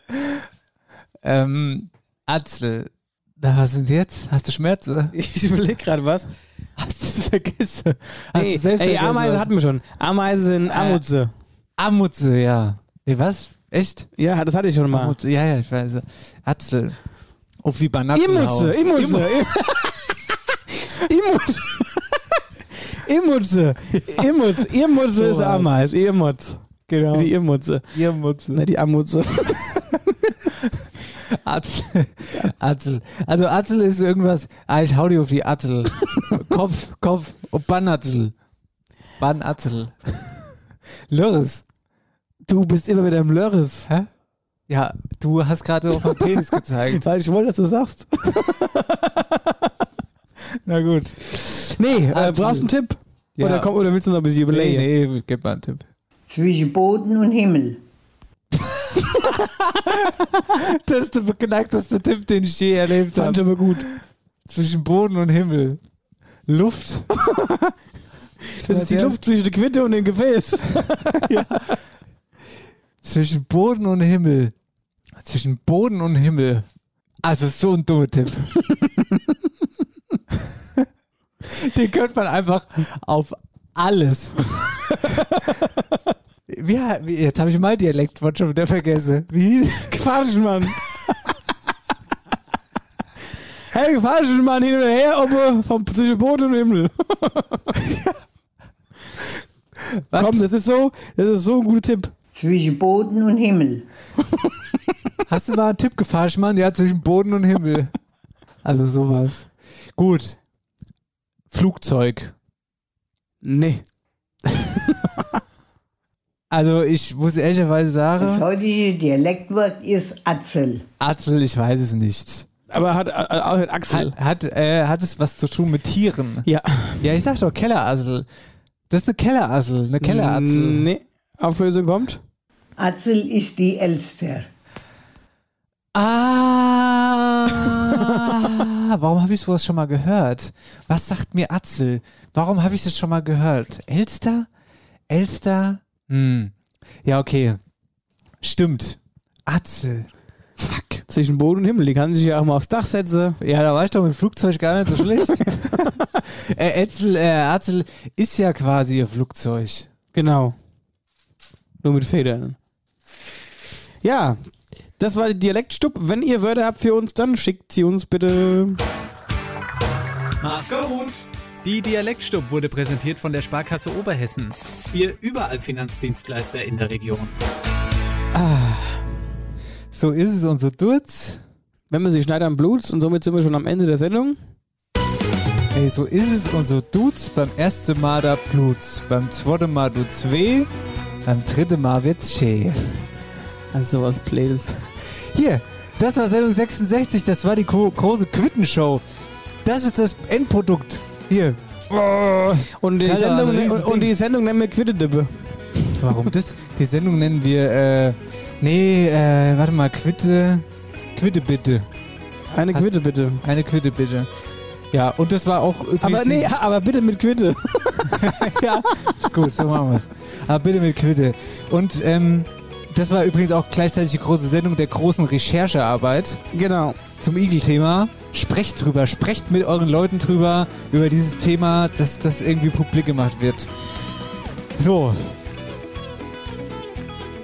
Speaker 5: Ähm, Atzel. Na, was sind jetzt? Hast du Schmerzen?
Speaker 4: Ich überlege gerade was.
Speaker 5: Hast du es vergessen? Hast
Speaker 4: Nee,
Speaker 5: du's selbst
Speaker 4: ey,
Speaker 5: vergessen?
Speaker 4: Ameise hatten wir schon. Ameise sind Amutze.
Speaker 5: Amutze, ja. Nee, was? Echt?
Speaker 4: Ja, das hatte ich schon mal.
Speaker 5: Amutze, ja, ja, ich weiß. Atzel. Auf die Banatzen.
Speaker 4: Imutze,
Speaker 5: hauen.
Speaker 4: Imutze. Imutze. Imutze. Imutze. Imutze ist
Speaker 5: Sowas.
Speaker 4: Ameise. Imutz.
Speaker 5: Genau.
Speaker 4: Die Imutze.
Speaker 5: Imutze.
Speaker 4: Ne, die Amutze.
Speaker 5: Atzel. Atzel. Also Atzel ist irgendwas. Ah, ich hau dir auf die Atzel. Kopf, Kopf. Oh, Banatzel. Banatzel. Lörres.
Speaker 4: Du bist immer mit deinem Lörres.
Speaker 5: Hä? Ja, du hast gerade auf den Penis gezeigt.
Speaker 4: Weil ich wollte, dass du sagst.
Speaker 5: Na gut.
Speaker 4: Nee, äh,
Speaker 5: Absolut.
Speaker 4: brauchst du einen Tipp?
Speaker 5: Ja.
Speaker 4: Oder, komm, oder willst du noch ein bisschen überlegen?
Speaker 5: Nee, nee, gib mal einen Tipp.
Speaker 14: Zwischen Boden und Himmel.
Speaker 5: Das ist der beknackteste Tipp, den ich je erlebt
Speaker 4: Fand ich
Speaker 5: habe.
Speaker 4: aber gut.
Speaker 5: Zwischen Boden und Himmel. Luft.
Speaker 4: Das ist die
Speaker 5: Ja.
Speaker 4: Luft zwischen der Quitte und dem Gefäß.
Speaker 5: Zwischen Boden und Himmel. Zwischen Boden und Himmel. Also so ein dummer Tipp. Den könnte man einfach auf alles. wie, he- wie, jetzt habe ich mein Dialektwort schon wieder vergessen. Wie?
Speaker 4: Quatschmann. hey, Quatschmann hin und her, ob vom zwischen Boden und Himmel.
Speaker 5: Was?
Speaker 4: Komm, das ist so, das ist so ein guter Tipp.
Speaker 14: Zwischen Boden und Himmel.
Speaker 5: Hast du mal einen Tipp gefahren, Mann? Ja, zwischen Boden und Himmel. Also sowas. Gut. Flugzeug.
Speaker 4: Nee.
Speaker 5: Also ich muss ehrlicherweise
Speaker 14: Das
Speaker 5: sagen,
Speaker 14: heutige Dialektwort ist Atzel.
Speaker 5: Atzel, ich weiß es nicht.
Speaker 4: Aber hat, hat, hat Axel.
Speaker 5: Hat, hat, äh, hat es was zu tun mit Tieren?
Speaker 4: Ja.
Speaker 5: Ja, ich sag doch Kellerassel. Das ist eine Kellerassel, eine Kelleratzel.
Speaker 4: Nee. Auflösung kommt.
Speaker 14: Atzel ist die Elster.
Speaker 5: Ah. ah, warum habe ich sowas schon mal gehört? Was sagt mir Atzel? Warum habe ich das schon mal gehört? Elster? Elster? Hm. Ja, okay. Stimmt. Atzel. Fuck.
Speaker 4: Zwischen Boden und Himmel, die kann sich ja auch mal aufs Dach setzen.
Speaker 5: Ja, da war ich doch mit Flugzeug gar nicht so schlecht. äh, Etzel, äh, Atzel ist ja quasi ihr Flugzeug.
Speaker 4: Genau. Nur mit Federn. Ja, das war die Dialektstub. Wenn ihr Wörter habt für uns, dann schickt sie uns bitte.
Speaker 11: Mach's gut! Die Dialektstub wurde präsentiert von der Sparkasse Oberhessen. Ihr überall Finanzdienstleister in der Region.
Speaker 5: Ah. So ist es und so tut's.
Speaker 4: Wenn man sie schneidet am Blut und somit sind wir schon am Ende der Sendung.
Speaker 5: Ey, so ist es und so tut's. Beim ersten Mal da blut's, beim zweiten Mal tut's weh, beim dritten Mal wird's schön.
Speaker 4: Also was Blödes.
Speaker 5: Hier, das war Sendung 66, das war die gro- große Quittenshow. Das ist das Endprodukt. Hier.
Speaker 4: Oh. Und die,
Speaker 5: Ja, ja,
Speaker 4: Sendung,
Speaker 5: ein
Speaker 4: und, und die Sendung nennen wir Quittedippe.
Speaker 5: Warum das? Die Sendung nennen wir, äh, nee, äh, warte mal, Quitte, Quitte bitte.
Speaker 4: Eine
Speaker 5: Hast-
Speaker 4: Quitte bitte.
Speaker 5: Eine Quitte bitte. Ja, und das war auch übrigens...
Speaker 4: Aber nee, aber bitte mit Quitte.
Speaker 5: ja, gut, so machen wir's. Aber bitte mit Quitte. Und ähm, das war übrigens auch gleichzeitig die große Sendung der großen Recherchearbeit.
Speaker 4: Genau.
Speaker 5: Zum Igel-Thema. Sprecht drüber, sprecht mit euren Leuten drüber, über dieses Thema, dass das irgendwie publik gemacht wird. So.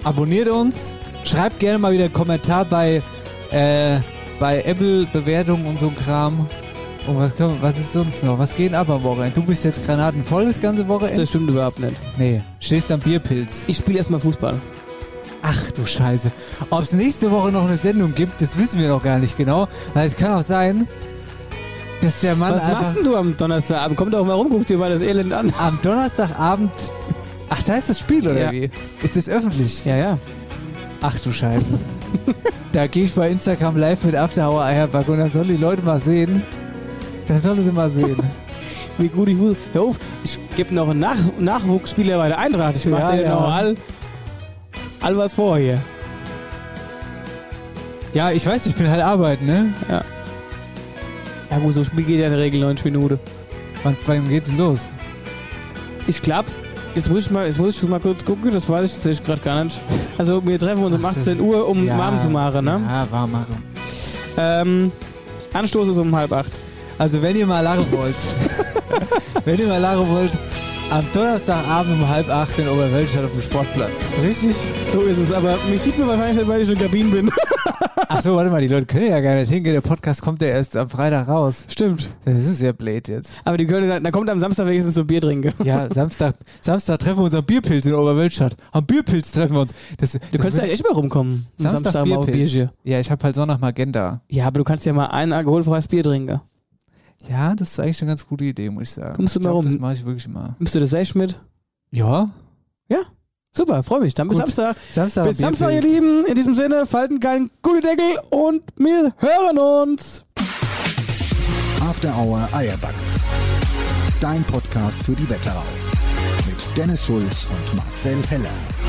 Speaker 5: Abonniert uns. Schreibt gerne mal wieder einen Kommentar bei, äh, bei Apple Bewertungen und so ein Kram. Und was, können, was ist sonst noch? Was geht ab am Wochenende? Du bist jetzt granatenvoll das ganze Wochenende?
Speaker 4: Das stimmt überhaupt nicht.
Speaker 5: Nee, stehst am Bierpilz.
Speaker 4: Ich spiele erstmal Fußball.
Speaker 5: Ach du Scheiße. Ob es nächste Woche noch eine Sendung gibt, das wissen wir noch gar nicht genau. Weil es kann auch sein, dass der Mann
Speaker 4: Was
Speaker 5: einfach
Speaker 4: machst denn du am Donnerstagabend? Komm doch mal rum, guck dir mal das Elend an.
Speaker 5: am Donnerstagabend. Ach, da ist das Spiel, oder
Speaker 4: Ja.
Speaker 5: wie? Ist das öffentlich?
Speaker 4: Ja, ja.
Speaker 5: Ach du Scheiße. da gehe ich bei Instagram live mit After Hour Eierback und dann sollen die Leute mal sehen. Dann sollen sie mal sehen.
Speaker 4: Wie gut ich Fußball. Hör auf, ich gebe noch einen Nach Nachwuchsspieler bei der Eintracht. Ich mache
Speaker 5: Ja,
Speaker 4: dir
Speaker 5: ja.
Speaker 4: noch all, all was vor hier.
Speaker 5: ja, ich weiß, ich bin halt arbeiten, ne?
Speaker 4: Ja gut, so ein Spiel geht ja in der Regel 90 Minuten.
Speaker 5: Wann, wann geht's denn los?
Speaker 4: Ich glaube, jetzt muss ich mal, jetzt muss ich mal kurz gucken, das weiß ich tatsächlich gerade gar nicht. Also wir treffen uns um
Speaker 5: Ach, das-
Speaker 4: 18 Uhr, um
Speaker 5: Ja,
Speaker 4: warm zu machen, ne?
Speaker 5: Ja, warm machen.
Speaker 4: Ähm, Anstoß ist um halb acht.
Speaker 5: Also wenn ihr mal lachen wollt, wenn ihr mal lachen wollt, am Donnerstagabend um halb acht in Oberweltstadt auf dem Sportplatz. Richtig?
Speaker 4: So ist es, aber mich sieht man wahrscheinlich nicht, weil ich in der Kabine bin.
Speaker 5: Achso, warte mal, die Leute können ja gar nicht hingehen. Der Podcast kommt ja erst am Freitag raus.
Speaker 4: Stimmt.
Speaker 5: Das ist sehr blöd jetzt.
Speaker 4: Aber die können, da kommt am Samstag wenigstens so Bier trinken.
Speaker 5: Ja, Samstag, Samstag treffen wir uns am Bierpilz in Oberweltstadt. Am Bierpilz treffen wir uns. Das,
Speaker 4: Du könntest ja echt mal rumkommen. am
Speaker 5: Samstag
Speaker 4: mal auf
Speaker 5: Bierpilz.
Speaker 4: Bierchen.
Speaker 5: ja, ich habe halt Sonntag Magenta.
Speaker 4: Ja, aber du kannst ja mal ein alkoholfreies Bier trinken.
Speaker 5: Ja, das ist eigentlich eine ganz gute Idee, muss ich sagen.
Speaker 4: Kommst du
Speaker 5: Ich
Speaker 4: mal
Speaker 5: glaub,
Speaker 4: rum?
Speaker 5: Das mache ich wirklich mal.
Speaker 4: Nimmst du das echt mit?
Speaker 5: Ja,
Speaker 4: Super, freue mich. Dann bis
Speaker 5: Gut.
Speaker 4: Samstag.
Speaker 5: Samstag.
Speaker 4: bis
Speaker 5: am
Speaker 4: Samstag, ihr
Speaker 5: Bierpilz.
Speaker 4: Lieben. In diesem Sinne, falten keinen guten Deckel und wir hören uns.
Speaker 2: After Hour Eierback. Dein Podcast für die Wetterau. Mit Dennis Schulz und Marcel Heller.